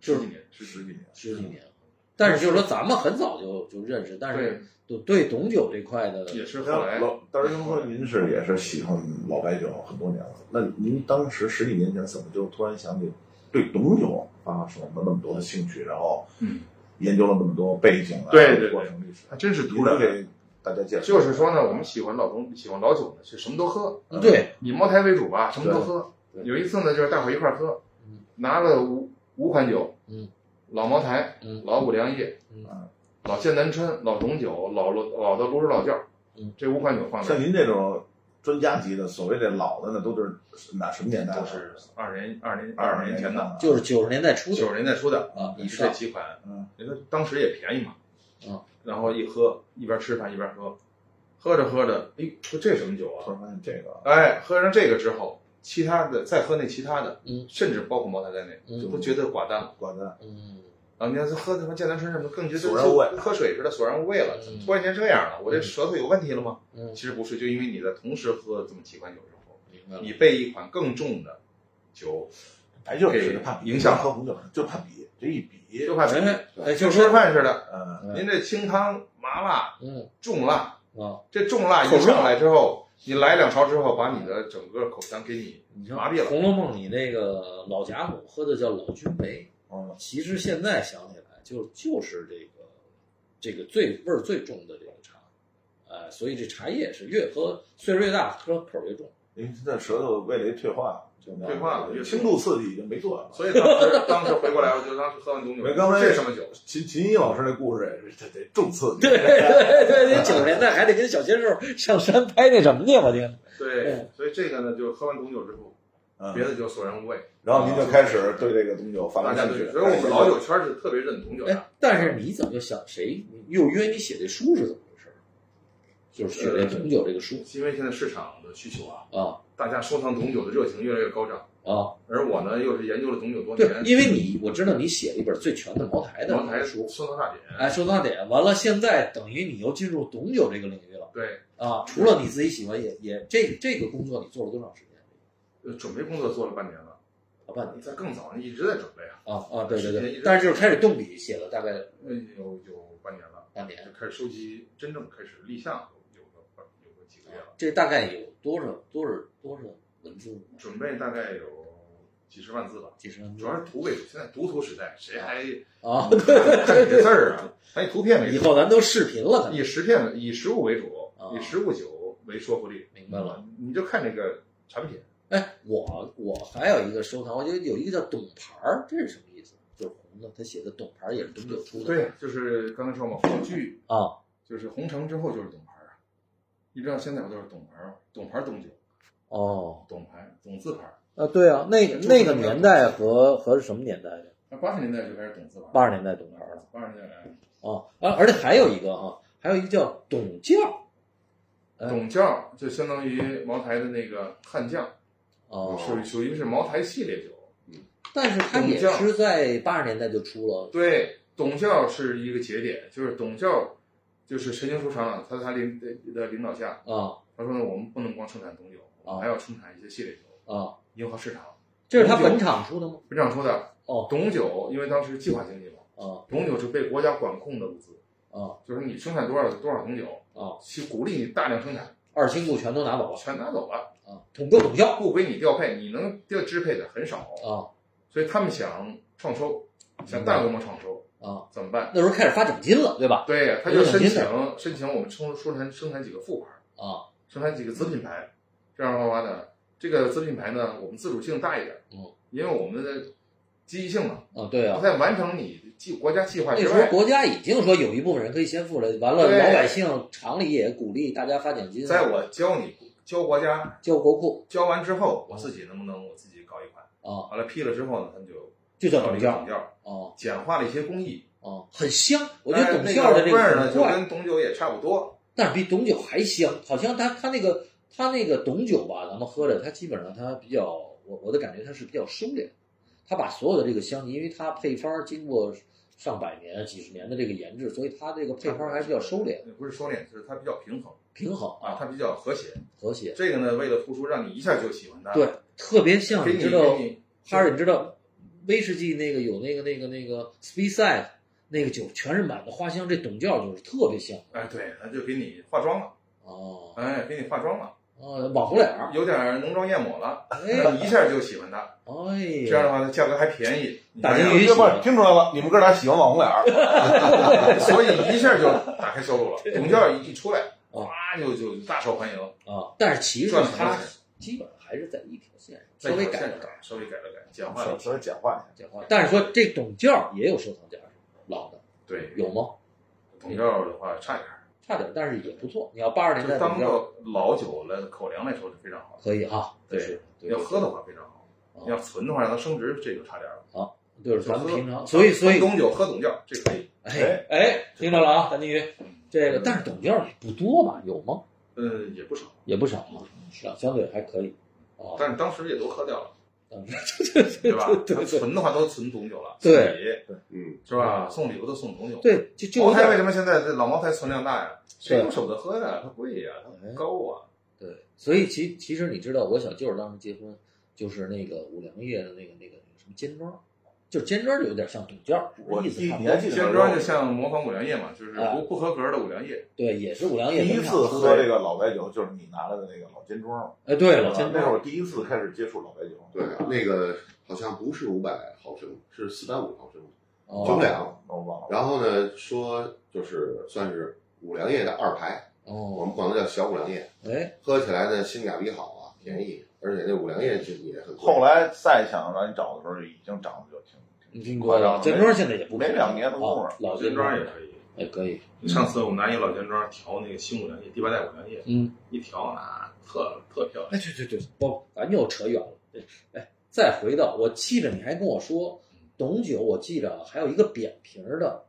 Speaker 1: 就是
Speaker 4: 十几年，
Speaker 2: 是
Speaker 4: 十
Speaker 2: 十
Speaker 4: 几
Speaker 2: 几
Speaker 4: 年。
Speaker 2: 年。
Speaker 1: 十几年了。但是就是说，咱们很早就就认识，但是
Speaker 4: 对，
Speaker 1: 对对董酒这块的，
Speaker 4: 也是后来
Speaker 2: 老大师兄说您是也是喜欢老白酒很多年了，那您当时十几年前怎么就突然想起对董酒发生了那么多的兴趣，然后
Speaker 4: 嗯，
Speaker 2: 研究了那么多背景啊、
Speaker 4: 对对对
Speaker 2: 过程历史？
Speaker 4: 还真是
Speaker 2: 您
Speaker 4: 突
Speaker 2: 能
Speaker 4: 然。
Speaker 2: 给大家介绍？
Speaker 4: 就是说呢，我们喜欢老东，喜欢老酒呢，是什么都喝，啊
Speaker 1: 嗯对，
Speaker 4: 以茅台为主吧，什么都喝。
Speaker 1: 对
Speaker 4: 有一次呢，就是大伙一块儿喝
Speaker 1: 嗯，
Speaker 4: 拿了五五款酒，
Speaker 1: 嗯，
Speaker 4: 老茅台，
Speaker 1: 嗯
Speaker 4: 老五粮液，
Speaker 1: 嗯
Speaker 4: 老剑南春，老董酒，老老老的泸州老窖，
Speaker 1: 嗯，
Speaker 4: 这五款酒放在
Speaker 2: 像您这种专家级的，所谓的老的呢，都是哪什么年代的？
Speaker 4: 都是二年二年
Speaker 2: 二
Speaker 4: 十年前的，
Speaker 2: 的，
Speaker 1: 就是九十年代初
Speaker 4: 九
Speaker 1: 的
Speaker 4: 十年代出的，
Speaker 1: 啊，以
Speaker 4: 是这
Speaker 1: 上
Speaker 4: 几款，
Speaker 2: 嗯，
Speaker 4: 你说当时也便宜嘛，
Speaker 1: 嗯，
Speaker 4: 然后一喝一边吃饭一边喝，喝着喝着，哎，说这什么酒
Speaker 2: 突
Speaker 4: 啊？
Speaker 2: 然发现这个
Speaker 4: 哎，喝上这个之后，其他的再喝那其他的，
Speaker 1: 嗯，
Speaker 4: 甚至包括茅台在内，
Speaker 1: 嗯
Speaker 4: 就不觉得寡淡了。
Speaker 2: 管的
Speaker 1: 嗯，
Speaker 4: 啊，你要是喝什么剑南春什么，更觉得
Speaker 2: 索然无味
Speaker 4: 就喝水似的索然无味了
Speaker 1: 嗯。
Speaker 4: 突然间这样了，我这
Speaker 1: 嗯
Speaker 4: 舌头有问题了吗？
Speaker 1: 嗯
Speaker 4: 其实不是，就因为你在同时喝这么几款酒之后，
Speaker 1: 明白了。
Speaker 4: 你被一款更重的酒
Speaker 2: 白酒也是怕比
Speaker 4: 影响
Speaker 2: 喝红酒是就怕比，这一比，
Speaker 4: 就怕别人
Speaker 1: 哎，哎，就
Speaker 4: 就是
Speaker 1: 说
Speaker 4: 吃，饭似的，
Speaker 2: 嗯，
Speaker 1: 嗯
Speaker 4: 您这清汤麻辣
Speaker 1: 嗯
Speaker 4: 重辣，
Speaker 1: 啊，
Speaker 4: 这重辣
Speaker 1: 口
Speaker 4: 一
Speaker 1: 重啊
Speaker 4: 上来之后，你来两勺之后，把你的整个口腔给你
Speaker 1: 你像
Speaker 4: 麻痹
Speaker 1: 《
Speaker 4: 了。
Speaker 1: 红楼梦》里那个老贾母喝的叫老君梅，
Speaker 2: 嗯，
Speaker 1: 其实现在想起来就就是这个这个最味儿最重的这个茶，呃，所以这茶叶是越喝岁数越大喝口儿越重。
Speaker 2: 因为现在舌头味蕾退化，就那样
Speaker 4: 退化了
Speaker 2: 轻度刺激已经没做了。
Speaker 4: 所以当时当时回过来，我就当时喝完红酒，
Speaker 2: 没刚才
Speaker 4: 这什么酒？
Speaker 2: 秦秦一老师那故事也是，这得重刺激。
Speaker 1: 对对对，那九十年代还得跟小鲜肉上山拍那什么去，我天，
Speaker 4: 对
Speaker 1: 嗯，
Speaker 4: 所以这个呢，就喝完红酒之后，别
Speaker 2: 嗯，
Speaker 4: 的酒索然无味。
Speaker 2: 然后您就开始对这个东西有发
Speaker 4: 大
Speaker 2: 展
Speaker 4: 家
Speaker 2: 兴
Speaker 4: 都
Speaker 2: 趣。
Speaker 4: 所以我们老酒圈是特别认同酒
Speaker 1: 哎
Speaker 4: 的。，
Speaker 1: 但是你怎么就想谁又约你写这书是怎么回事？就是写这红酒这个书
Speaker 4: 因为现在市场的需求啊，
Speaker 1: 啊
Speaker 4: 大家收藏董酒的热情越来越高涨，
Speaker 1: 啊，
Speaker 4: 而我呢又是研究了董酒多
Speaker 1: 对
Speaker 4: 年，，
Speaker 1: 因为你我知道你写了一本最全的茅台的
Speaker 4: 茅台
Speaker 1: 书，
Speaker 4: 收藏大典，
Speaker 1: 哎，收藏点完了，现在等于你又进入董酒这个领域了
Speaker 4: 对，
Speaker 1: 啊！除了你自己喜欢也，也这这个工作你做了多长时间？
Speaker 4: 呃准备工作做了半年了，
Speaker 1: 啊，半年
Speaker 4: 在更早一直在准备啊，
Speaker 1: 啊啊，对对
Speaker 4: 时间一
Speaker 1: 对
Speaker 4: 直，
Speaker 1: 但是就是开始动笔写了大概
Speaker 4: 呃有有半年了，
Speaker 1: 半
Speaker 4: 就
Speaker 1: 年，
Speaker 4: 开始收集，真正开始立项有有个有个几个月了，
Speaker 1: 这大概有多少多少多少文字？
Speaker 4: 准备大概有几十万字吧。
Speaker 1: 几十万
Speaker 4: 主
Speaker 1: 字
Speaker 4: 要是图为主，现在读图时代，谁 还
Speaker 1: 啊！
Speaker 4: 看你的字 儿啊？还以图片为
Speaker 1: 哎以
Speaker 4: 主，
Speaker 1: 后咱都视频了，可能
Speaker 4: 以食片为以食物为主
Speaker 1: 啊，
Speaker 4: 以食物酒为说服力。
Speaker 1: 明白了。
Speaker 4: 你就看这个产品，
Speaker 1: 哎，我我还有一个收藏，我觉得有一个叫董牌儿，这是什么意思？就是红的，他写的董牌儿也是董酒出的。
Speaker 4: 对，啊就是刚才说嘛，火炬
Speaker 1: 嗯啊，
Speaker 4: 就是红城之后就是董牌啊。你知道现在不都是董牌儿吗？董牌儿董酒，
Speaker 1: 哦，
Speaker 4: 董牌董字牌儿。
Speaker 1: 啊，对啊，那
Speaker 4: 个
Speaker 1: 那个年代和和什么年代的？
Speaker 4: 那八十年代就开始董字牌儿，
Speaker 1: 八十年代董牌儿了。
Speaker 4: 八十年代
Speaker 1: 哦，而而且还有一个哈、还有一个叫董窖哎
Speaker 4: 董窖就相当于茅台的那个悍将，
Speaker 1: 哦，
Speaker 4: 属于属于是茅台系列酒。
Speaker 1: 但是它也是在八十年代就出了，
Speaker 4: 对，董窖是一个节点，就是董窖，就是陈经书厂长他在他领呃的领导下，
Speaker 1: 啊
Speaker 4: 他说呢，我们不能光生产董酒，
Speaker 1: 哦
Speaker 4: 我们还要生产一些系列酒，
Speaker 1: 啊，
Speaker 4: 迎合市场。
Speaker 1: 这是它本厂出的吗？
Speaker 4: 部长说的，
Speaker 1: 哦，
Speaker 4: 董酒因为当时计划经济嘛，
Speaker 1: 啊
Speaker 4: 董酒是被国家管控的物资，
Speaker 1: 啊
Speaker 4: 就是你生产多少多少董酒，
Speaker 1: 啊，
Speaker 4: 去鼓励你大量生产，
Speaker 1: 二清库全都拿走
Speaker 4: 我
Speaker 1: 了
Speaker 4: 全拿走了，
Speaker 1: 啊，统购董窖
Speaker 4: 不归你调配，你能调支配的很少，
Speaker 1: 啊
Speaker 4: 所以他们想创收，想大规模创收，
Speaker 1: 啊，
Speaker 4: 怎么办？
Speaker 1: 那时候开始发奖金了，对吧？
Speaker 4: 对，他就申请申请我们生生产生产几个副牌，
Speaker 1: 啊，
Speaker 4: 生产几个子品牌，这样的话呢，这个子品牌呢，我们自主性大一点，
Speaker 1: 嗯，
Speaker 4: 因为我们的积极性嘛，
Speaker 1: 啊，对啊，
Speaker 4: 在完成你计国家计划
Speaker 1: 那
Speaker 4: 之
Speaker 1: 时候
Speaker 4: 外，
Speaker 1: 国家已经说有一部分人可以先付了，完了
Speaker 4: 对
Speaker 1: 老百姓厂里也鼓励大家发奖金啊，
Speaker 4: 在我教你教国家
Speaker 1: 交国库
Speaker 4: 教完之后，我自己能不能我自己搞一款？
Speaker 1: 啊，
Speaker 4: 完了批了之后呢，他们就
Speaker 1: 就叫
Speaker 4: 搞
Speaker 1: 董
Speaker 4: 了一个
Speaker 1: 窖
Speaker 4: 董窖，
Speaker 1: 啊
Speaker 4: 简化了一些工艺。
Speaker 1: 啊，很香，我觉得董窖
Speaker 4: 但
Speaker 1: 的
Speaker 4: 是那
Speaker 1: 这
Speaker 4: 个味儿呢，
Speaker 1: 个
Speaker 4: 就
Speaker 1: 怪。
Speaker 4: 跟董酒也差不多。
Speaker 1: 但是比董酒还香，好像它它那个它那个董酒吧，咱们喝着它基本上它比较，我我的感觉它是比较收敛，它把所有的这个香气，因为它配方儿经过上百年、几十年的这个研制，所以它这个配方儿还是比较收敛、
Speaker 4: 不是收敛，就是它比较平衡
Speaker 1: 平衡
Speaker 4: 啊，它比较和谐。
Speaker 1: 和谐。
Speaker 4: 这个呢，为了突出让你一下就喜欢它，
Speaker 1: 对，特别像
Speaker 4: 给
Speaker 1: 你
Speaker 4: 你
Speaker 1: 知道
Speaker 4: 给，你
Speaker 1: 哈尔，你知道威士忌那个有那个那个那个 Speyside 那个酒全是满的花香，这董窖就是特别像
Speaker 4: 哎，对，它就给你化妆了，
Speaker 1: 哦
Speaker 4: 哎，给你化妆了，
Speaker 1: 哦，网红脸儿，
Speaker 4: 有点浓妆艳抹了，
Speaker 1: 哎
Speaker 4: 那你一下就喜欢它。
Speaker 1: 哎呀，
Speaker 4: 这样的话，它价格还便宜，你
Speaker 1: 大
Speaker 4: 还
Speaker 1: 金
Speaker 4: 要
Speaker 1: 鱼
Speaker 2: 这不是 听出来了？你们哥俩喜欢网红脸儿，
Speaker 4: 所以一下就打开销路了。董教一出
Speaker 1: 啊
Speaker 4: 来，哗就就大受欢迎。
Speaker 1: 啊，但是其实
Speaker 4: 赚很多
Speaker 1: 它
Speaker 4: 钱
Speaker 1: 基本上还是在一条线上，
Speaker 4: 在
Speaker 1: 稍微
Speaker 4: 有
Speaker 1: 改
Speaker 4: 限
Speaker 1: 了
Speaker 4: 上稍微改了改，简化
Speaker 2: 稍
Speaker 4: 了一些。
Speaker 2: 稍微简化一下。
Speaker 1: 简化。但是说这董教也有收藏价值，老的
Speaker 4: 对，
Speaker 1: 有吗？
Speaker 4: 董教的话差一点儿，
Speaker 1: 差点，但是也不错。你要八十年代
Speaker 4: 就
Speaker 1: 董
Speaker 4: 当
Speaker 1: 教
Speaker 4: 个老酒来口粮来说是非常好的。
Speaker 1: 可以哈，
Speaker 4: 对
Speaker 1: 是，对
Speaker 4: 要喝的话非常好，
Speaker 1: 啊
Speaker 4: 你要存的话让它升值，这就差点儿了。
Speaker 1: 就是
Speaker 4: 就
Speaker 1: 咱们
Speaker 4: 喝
Speaker 1: 平常，所以所以
Speaker 4: 喝董酒喝董教，这可以。
Speaker 1: 哎哎，听着了啊，谭金鱼，这个但是董教也不多吧？有吗？
Speaker 4: 嗯，也不少，
Speaker 1: 也不少啊，是啊，相对还可以啊。
Speaker 4: 但是当时也都喝掉了，
Speaker 1: 当
Speaker 4: 对吧？
Speaker 1: 对对
Speaker 4: 他存的话都存董酒了，
Speaker 1: 对
Speaker 4: 送礼
Speaker 3: 嗯，
Speaker 4: 是吧？送礼物都送董酒。，
Speaker 1: 对，就就
Speaker 4: 茅
Speaker 1: 有
Speaker 4: 台为
Speaker 1: 点
Speaker 4: 什么现在这老茅台存量大呀？谁
Speaker 1: 对
Speaker 4: 都舍不得喝呀？它贵呀，它
Speaker 1: 哎
Speaker 4: 高啊。
Speaker 1: 对，所以其其实你知道，我小舅儿当时结婚就是那个五粮液的那个那个什么尖庄，就是尖庄就有点像董教，是不
Speaker 2: 我
Speaker 1: 是意思
Speaker 2: 记，
Speaker 1: 差不
Speaker 2: 你
Speaker 1: 多
Speaker 2: 还。记得
Speaker 4: 鲜庄就像模仿五粮液嘛，就是
Speaker 1: 哎
Speaker 4: 不不合格的五粮液。
Speaker 1: 对，也是五粮液
Speaker 2: 第一
Speaker 1: 工厂
Speaker 2: 次
Speaker 1: 出
Speaker 2: 喝
Speaker 1: 的
Speaker 2: 这个老白酒，就是你拿来的那个老尖庄嘛。
Speaker 1: 哎，对
Speaker 2: 是
Speaker 1: 了，
Speaker 2: 吧
Speaker 1: 尖
Speaker 2: 那会
Speaker 1: 庄
Speaker 2: 儿第一次开始接触老白酒。
Speaker 3: 对，啊那个好像不是五百毫升，是四百五毫升。
Speaker 1: 哦
Speaker 4: 啊
Speaker 3: 中粮，
Speaker 2: 我忘了。
Speaker 3: 然后呢，说就是算是五粮液的二排，我
Speaker 1: 哦，
Speaker 3: 们管它叫小五粮液，
Speaker 1: 哎，
Speaker 3: 喝起来呢性价比好啊，便宜，而且那五粮液就也很贵。
Speaker 2: 后来再想让你找的时候，已经涨得就挺
Speaker 1: 你听过了，尖庄现在也不
Speaker 2: 没
Speaker 1: 便宜
Speaker 2: 两年的功夫
Speaker 1: 啊老
Speaker 4: 鲜
Speaker 1: 尖
Speaker 4: 庄
Speaker 1: 庄
Speaker 4: 也可以。
Speaker 1: 也哎可以，
Speaker 4: 上次我们拿一老钱庄调那个新五粮液，第八代五粮液，
Speaker 1: 嗯，
Speaker 4: 一调啊，特特漂亮。
Speaker 1: 哎，对对对，不，咱又扯远了，哎，再回到我记着你还跟我说，董酒我记着啊还有一个扁瓶儿的，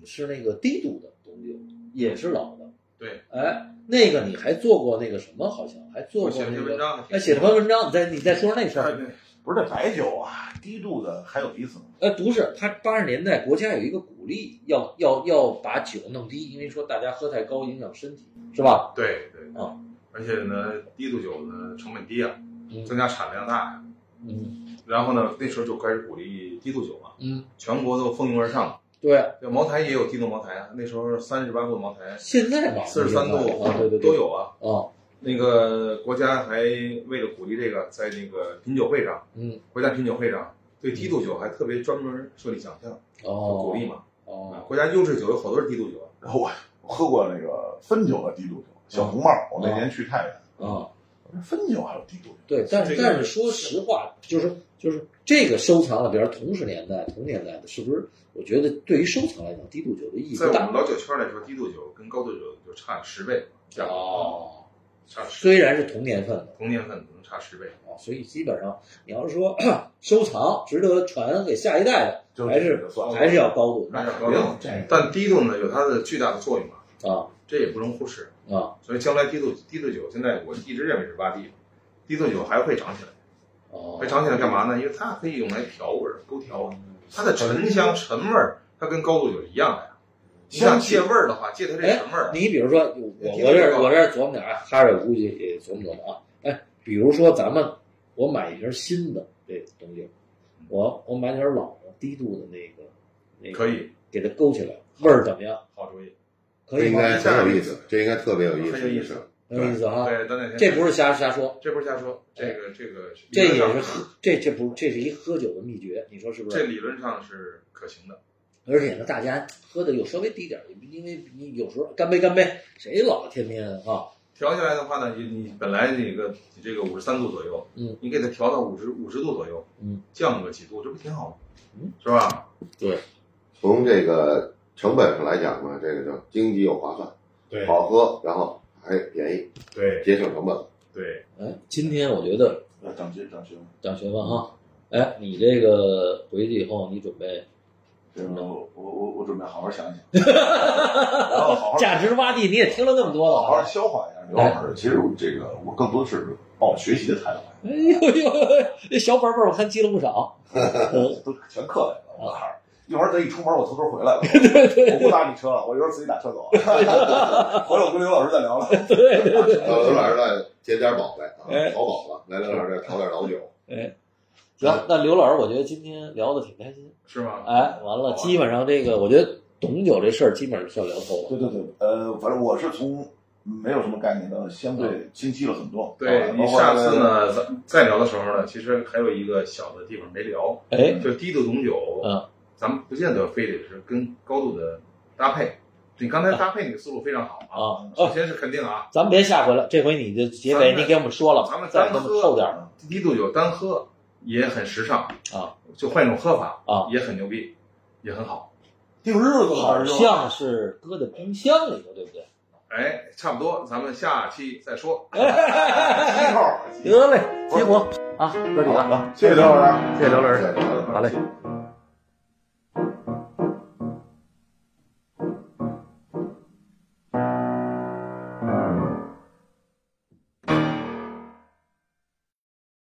Speaker 4: 嗯
Speaker 1: 是那个低度的董酒，也是老的，
Speaker 4: 对，
Speaker 1: 哎，那个你还做过那个什么，好像还做
Speaker 4: 我
Speaker 1: 过
Speaker 4: 写了
Speaker 1: 那
Speaker 4: 篇
Speaker 1: 个，
Speaker 4: 文章，哎
Speaker 1: 哎，写了篇文章，你再你再说说那事儿。
Speaker 2: 不是这白酒啊，低度的还有意思吗？
Speaker 1: 呃，不是，他八十年代国家有一个鼓励，要要要把酒弄低，因为说大家喝太高影响身体，是吧？
Speaker 4: 对对
Speaker 1: 啊，
Speaker 4: 而且呢，低度酒呢成本低啊，
Speaker 1: 嗯
Speaker 4: 增加产量大呀。
Speaker 1: 嗯
Speaker 4: 然后呢，那时候就开始鼓励低度酒嘛，
Speaker 1: 嗯，
Speaker 4: 全国都蜂拥而上。
Speaker 1: 对，啊
Speaker 4: 这茅台也有低度茅台啊，那时候三十八度茅台、
Speaker 1: 现在吧，
Speaker 4: 四十三度
Speaker 1: 啊，对对对，
Speaker 4: 都有啊。
Speaker 1: 啊，
Speaker 4: 那个国家还为了鼓励这个，在那个品酒会上，
Speaker 1: 嗯
Speaker 4: 国家品酒会上对低度酒还特别专门设立奖项，
Speaker 1: 哦，
Speaker 4: 鼓励嘛。啊
Speaker 1: 哦，
Speaker 4: 国家优质酒有好多是低度酒啊，
Speaker 2: 然后我我喝过那个汾酒的低度酒，小红帽。我那年去太原，
Speaker 1: 啊，
Speaker 2: 我说汾酒还有低度酒，
Speaker 1: 嗯对，但
Speaker 4: 这
Speaker 1: 是
Speaker 4: 个
Speaker 1: 但是说实话，就是就是这个收藏了，比如同时年代、同年代的，是不是？我觉得对于收藏来讲，低度酒的意义
Speaker 4: 在
Speaker 1: 不
Speaker 4: 我
Speaker 1: 大
Speaker 4: 们。老酒圈来说，低度酒跟高度酒就差十倍，价格，
Speaker 1: 哦，
Speaker 4: 差十
Speaker 1: 虽然是同年份的。
Speaker 4: 同年份可能差十倍。
Speaker 1: 啊，所以基本上你要是说 收藏值得传给下一代
Speaker 2: 就
Speaker 1: 的，还是
Speaker 2: 就算了
Speaker 1: 还是要高度
Speaker 4: 那是高
Speaker 2: 肯定
Speaker 4: 度，
Speaker 2: 这个
Speaker 4: 但低度呢有它的巨大的作用啊，
Speaker 1: 啊
Speaker 4: 这也不容忽视。
Speaker 1: 啊
Speaker 4: 所以将来低度低度酒，现在我一直认为是洼地，低度酒还会涨起来。
Speaker 1: 哦嗯
Speaker 4: 会，涨起来干嘛呢？因为它可以用来调味儿，勾调啊。它的沉香沉味儿，它跟高度酒一样的呀。
Speaker 1: 嗯
Speaker 4: 你想借味儿的话，借它这沉味儿啊，
Speaker 1: 哎你比如说我
Speaker 4: 你
Speaker 1: 我
Speaker 4: 听
Speaker 1: 这
Speaker 4: 这
Speaker 1: 儿
Speaker 4: 个
Speaker 1: 我这儿琢磨点儿啊，哈瑞估计也琢磨琢磨啊，哎，比如说咱们我买一瓶新的这东西，
Speaker 4: 嗯
Speaker 1: 我我买点儿老的低度的那个那个
Speaker 4: 可以，
Speaker 1: 给它勾起来，味儿怎么样？
Speaker 4: 好主意。
Speaker 1: 可
Speaker 3: 这
Speaker 1: 以
Speaker 3: 应
Speaker 1: 吗？
Speaker 3: 该很有意思，这应该特别有意思。
Speaker 4: 很有意思
Speaker 1: 很有意思哈，
Speaker 4: 对，咱那天
Speaker 1: 啊这不是瞎瞎说，
Speaker 4: 这不是瞎说，这个这个
Speaker 1: 这也
Speaker 4: 理论
Speaker 1: 是
Speaker 4: 上
Speaker 1: 喝这这不这是一喝酒的秘诀，你说是不是？
Speaker 4: 这理论上是可行的。
Speaker 1: 而且呢，大家喝的又稍微低点儿，因为你有时候干杯干杯，谁老天天啊？
Speaker 4: 调下来的话呢，你你本来这个你这个五十三度左右，
Speaker 1: 嗯，
Speaker 4: 你给它调到五十五十度左右，
Speaker 1: 嗯，
Speaker 4: 降个几度，这不挺好吗？
Speaker 1: 嗯，
Speaker 4: 是吧？
Speaker 3: 从这个成本上来讲呢，这个叫经济又划算，
Speaker 4: 对
Speaker 3: 好喝，然后还便宜，
Speaker 4: 对
Speaker 3: 节省成本。
Speaker 4: 对，
Speaker 1: 哎，今天我觉得
Speaker 2: 呃张军张军，
Speaker 1: 张学问哈，哎，你这个回去以后，你准备
Speaker 2: 这个我我我我准备好好想 想，然后好好
Speaker 1: 价值洼地，你也听了那么多了
Speaker 2: 好好
Speaker 1: 啊，
Speaker 2: 消化一下刘老师。其实我这个我更多的是抱着学习的态度来
Speaker 1: 哎呦呦，这小本本儿我看记了不少，
Speaker 2: 的，都全刻来了。我告诉你，一会儿咱一出门，我偷偷回来了，我不搭你车了，我一会儿自己打车走。回 来我跟刘老师再聊了。
Speaker 3: 到刘老师那捡点宝来
Speaker 1: 哎
Speaker 3: 啊，淘宝了，来刘老师这淘点老酒。
Speaker 1: 行，那刘老师，我觉得今天聊的挺开心，
Speaker 4: 是吗？
Speaker 1: 哎，完了，基本上这个，我觉得董酒这事儿基本上算聊透了，
Speaker 2: 对对对，呃，反正我是从没有什么概念到相对清晰了很多。
Speaker 1: 哦
Speaker 4: 对
Speaker 2: 啊
Speaker 4: 你下次？呢，咱再聊的时候呢，其实还有一个小的地方没聊，
Speaker 1: 哎，
Speaker 4: 就低度红酒，
Speaker 1: 嗯，
Speaker 4: 咱们不见得非得是跟高度的搭配，你刚才搭配你的思路非常好啊。
Speaker 1: 啊，
Speaker 4: 首先是肯定啊，
Speaker 1: 咱们别下回了，这回你的结尾
Speaker 4: 咱们
Speaker 1: 你给我们说了，
Speaker 4: 咱们
Speaker 1: 再
Speaker 4: 单
Speaker 1: 给我们
Speaker 4: 喝
Speaker 1: 透点儿
Speaker 4: 低度酒单喝也很时尚
Speaker 1: 啊，
Speaker 4: 就换一种喝法
Speaker 1: 啊，
Speaker 4: 也很牛逼，也很好。
Speaker 2: 定日子
Speaker 1: 好
Speaker 2: 了是吧？
Speaker 1: 像是搁在冰箱里头，对不对？
Speaker 4: 哎，差不多，咱们下期再说。
Speaker 3: 一号，
Speaker 1: 得嘞，结果啊，哥几个，
Speaker 3: 谢谢刘老师，
Speaker 1: 谢谢刘老师
Speaker 3: 谢谢刘老师，
Speaker 1: 好嘞
Speaker 3: 谢谢。